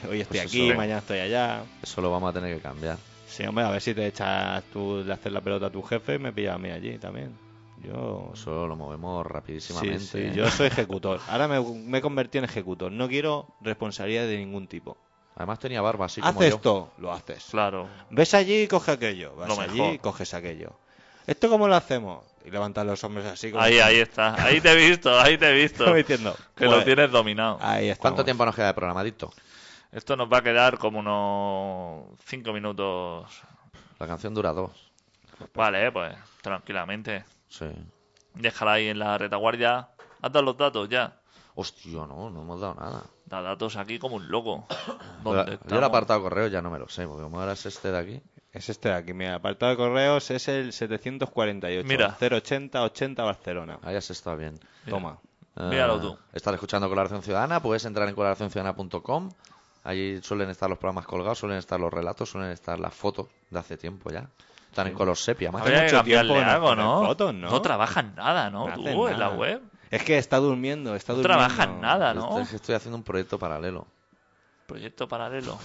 Hoy estoy
Pues
aquí,
eso.
mañana estoy allá.
Eso lo vamos a tener que cambiar.
Sí, hombre, a ver si te echas tú de hacer la pelota a tu jefe y me pillas a mí allí también. Yo...
Eso lo movemos
Sí,
rapidísimamente.
sí,
¿eh?
yo soy ejecutor. Ahora me, me he convertido en ejecutor. No quiero responsabilidad de ningún tipo.
Además tenía barba, así
Haz
como yo.
esto, lo haces.
Claro.
Ves allí y coge aquello. Vas
Lo
allí
mejor.
y coges aquello. ¿Esto cómo lo hacemos? Y levantar los hombros así. Como
Ahí, ahí está. Ahí te he visto, ahí te he
[laughs]
visto.
Como diciendo,
Que
"Joder".
lo tienes dominado.
Ahí está.
¿Cuánto tiempo nos queda de programadito?
Esto nos va a quedar como unos 5 minutos.
La canción dura dos.
Vale, pues tranquilamente.
Sí.
Déjala ahí en la retaguardia. Haz dado los datos ya.
Hostia, no, no hemos dado nada.
Da datos aquí como un loco.
Yo-
¿Dónde
Yo el
estamos?
apartado correo ya no me lo sé, porque como ahora es este de aquí.
Es este de aquí, mira, el apartado de correos es el 748.
Mira.
080 80 Barcelona.
Ahí has estado bien.
Toma.
Ah,
Míralo tú.
Estás escuchando Colaboración Ciudadana, puedes entrar en colaboracionciudadana.com. Allí suelen estar los programas colgados, suelen estar los relatos, suelen estar las fotos de hace tiempo ya. Están en color sepia, más
Habría que
mucho tiempo
cambiarle
en
algo,
hacer
¿no?
fotos, ¿no?
No trabajas nada, ¿no?
No
Tú
haces
en la
nada.
web.
Es que está durmiendo, está
No
durmiendo.
trabajas nada, ¿no?
Es que estoy haciendo un proyecto
[laughs]
paralelo.
Proyecto paralelo.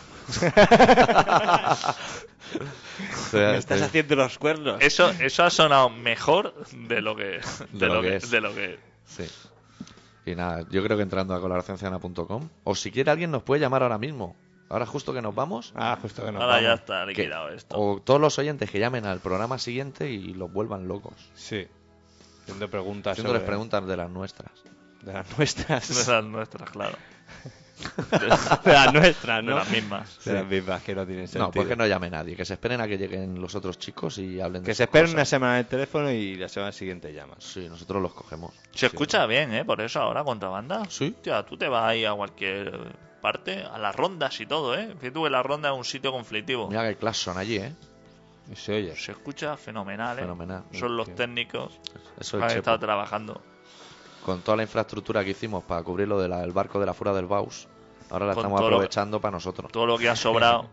Me estás haciendo los cuernos.
Eso, eso ha sonado mejor de lo que de, lo, que,
es.
de lo que
Sí. Y nada, yo creo que entrando a colaboracionciudadana.com. O si quiere alguien nos puede llamar ahora mismo. Ahora justo que nos vamos.
Ah, justo que no.
ahora ya está liquidado
que-
esto.
O todos los oyentes que llamen al programa siguiente y los vuelvan locos.
Sí. Haciendo preguntas.
Haciéndoles
sobre-
preguntas de las nuestras.
De
[laughs]
las nuestras.
De las nuestras, claro.
[laughs]
de las nuestras,
De
¿no?
las mismas.
De las mismas que no tienen sentido.
No, pues que no llame nadie. Que se esperen a que lleguen los otros chicos y hablen de
Que
sus
se esperen una
cosas.
semana en el teléfono y la semana siguiente llamas.
Sí, nosotros los cogemos.
Se escucha bien, ¿eh? Por eso ahora contrabanda.
Sí.
Hostia, tú te vas ahí a cualquier parte, a las rondas y todo, ¿eh? Fíjate tú que la ronda es un sitio conflictivo.
Mira que clase son allí, ¿eh?
Y se oye.
Se escucha fenomenal, ¿eh?
Fenomenal.
Son los
Sí.
técnicos que
Eso
han
es Chepo.
estado trabajando.
Con toda la infraestructura que hicimos para cubrir lo del barco de la Fura del Baus, ahora la
Con
estamos
todo lo-
aprovechando para nosotros.
Todo lo que ha sobrado,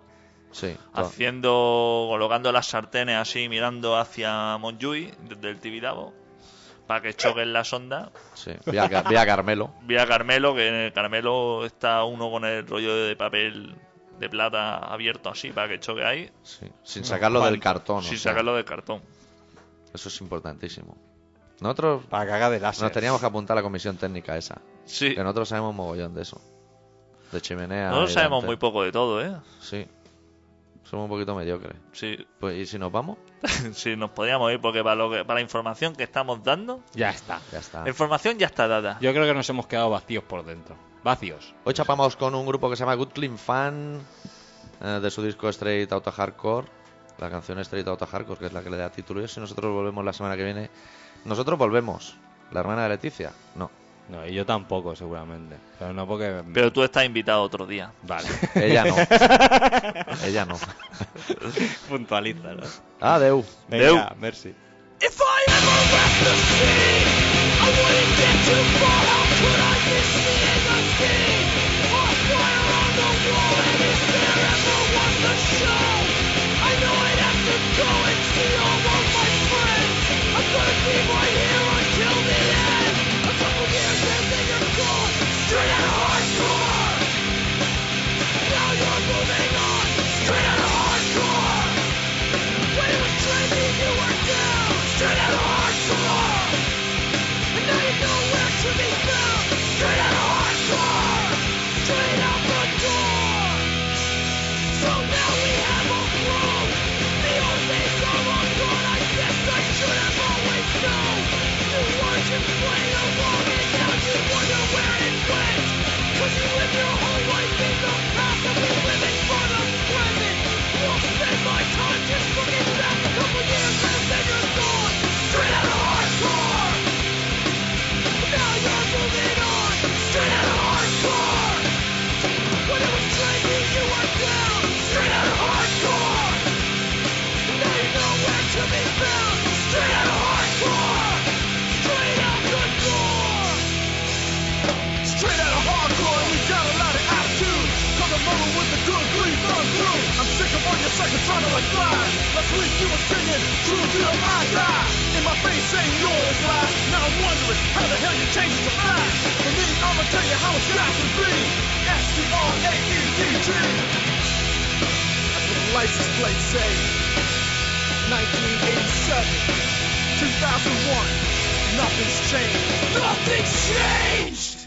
Sí. [laughs] todo.
haciendo, colocando las sartenes así, mirando hacia Monjuy, desde el Tibidabo, para que choquen las ondas.
Sí. Vi a, Car- vi a Carmelo.
Vía Carmelo, que en el Carmelo está uno con el rollo de papel de plata abierto así, para que choque ahí,
sí, Sin sacarlo del cartón. o
sin
sea,
sacarlo del cartón.
Eso es importantísimo. Nosotros
Para que haga de láser.
nos teníamos que apuntar a la comisión técnica esa.
Sí,
Que nosotros sabemos mogollón de eso. De chimenea.
nosotros
y de
sabemos
ante-
muy poco de todo, ¿eh?
Sí. Somos un poquito mediocres.
Sí, [laughs]
Pues, ¿y si nos vamos?
sí, nos podíamos ir, porque para, lo que, para la información que estamos dando,
Ya está.
Ya está.
la información ya está dada.
Yo creo que nos hemos quedado vacíos por dentro. Vacíos.
Hoy chapamos con un grupo que se llama Good Clean Fan, eh, de su disco Straight Outta Hardcore, la canción Straight Outta Hardcore, que es la que le da título. Y si nosotros volvemos la semana que viene, nosotros volvemos. La hermana de Leticia, no.
No, y yo tampoco, seguramente. Pero no porque.
Pero tú estás invitado otro día.
Vale.
Ella
[laughs]
no. Ella no. [laughs]
Puntualízalo.
Adeu.
Venga, merci.
If I ever left the sea, I wouldn't get too far. How could I be seeing the sea? Or fire on the wall, and if there ever was a show, I know I'd have to go and see all of my friends. I'm gonna be right here until the end. A couple years and then you're gone, straight out of hardcore. Now you're moving on, straight out of hardcore. When it was trendy, you were down, straight out of hardcore. And now you're nowhere to be found, straight out of hardcore. Straight out the door. So now we have a room. The old days are all gone. I guess I should have always known. You were just playing along, and now you wonder where it went. 'Cause you live your whole life in the past and we live in for the present. Won't spend my time just looking back a couple years and then you're gone. Straight out of hardcore. Now you're moving on. Straight out of hardcore. When it was trendy, you were down. Straight out of hardcore. Now you know where to be found. Straight out of hardcore. Straight out the door. Straight out of hardcore, we got a lot of attitude. Cause I'm over with the good grief I'm through. I'm sick of all your psychotronic lies. Last week you were singing true to my die. In my face saying you always lie. Now I'm wondering how the hell you changed your mind. For me, I'ma tell you how it's got to be. S-T-R-A-E-D-G. E That's what the license plate say. 1987, 2001. Nothing's changed. Nothing's changed!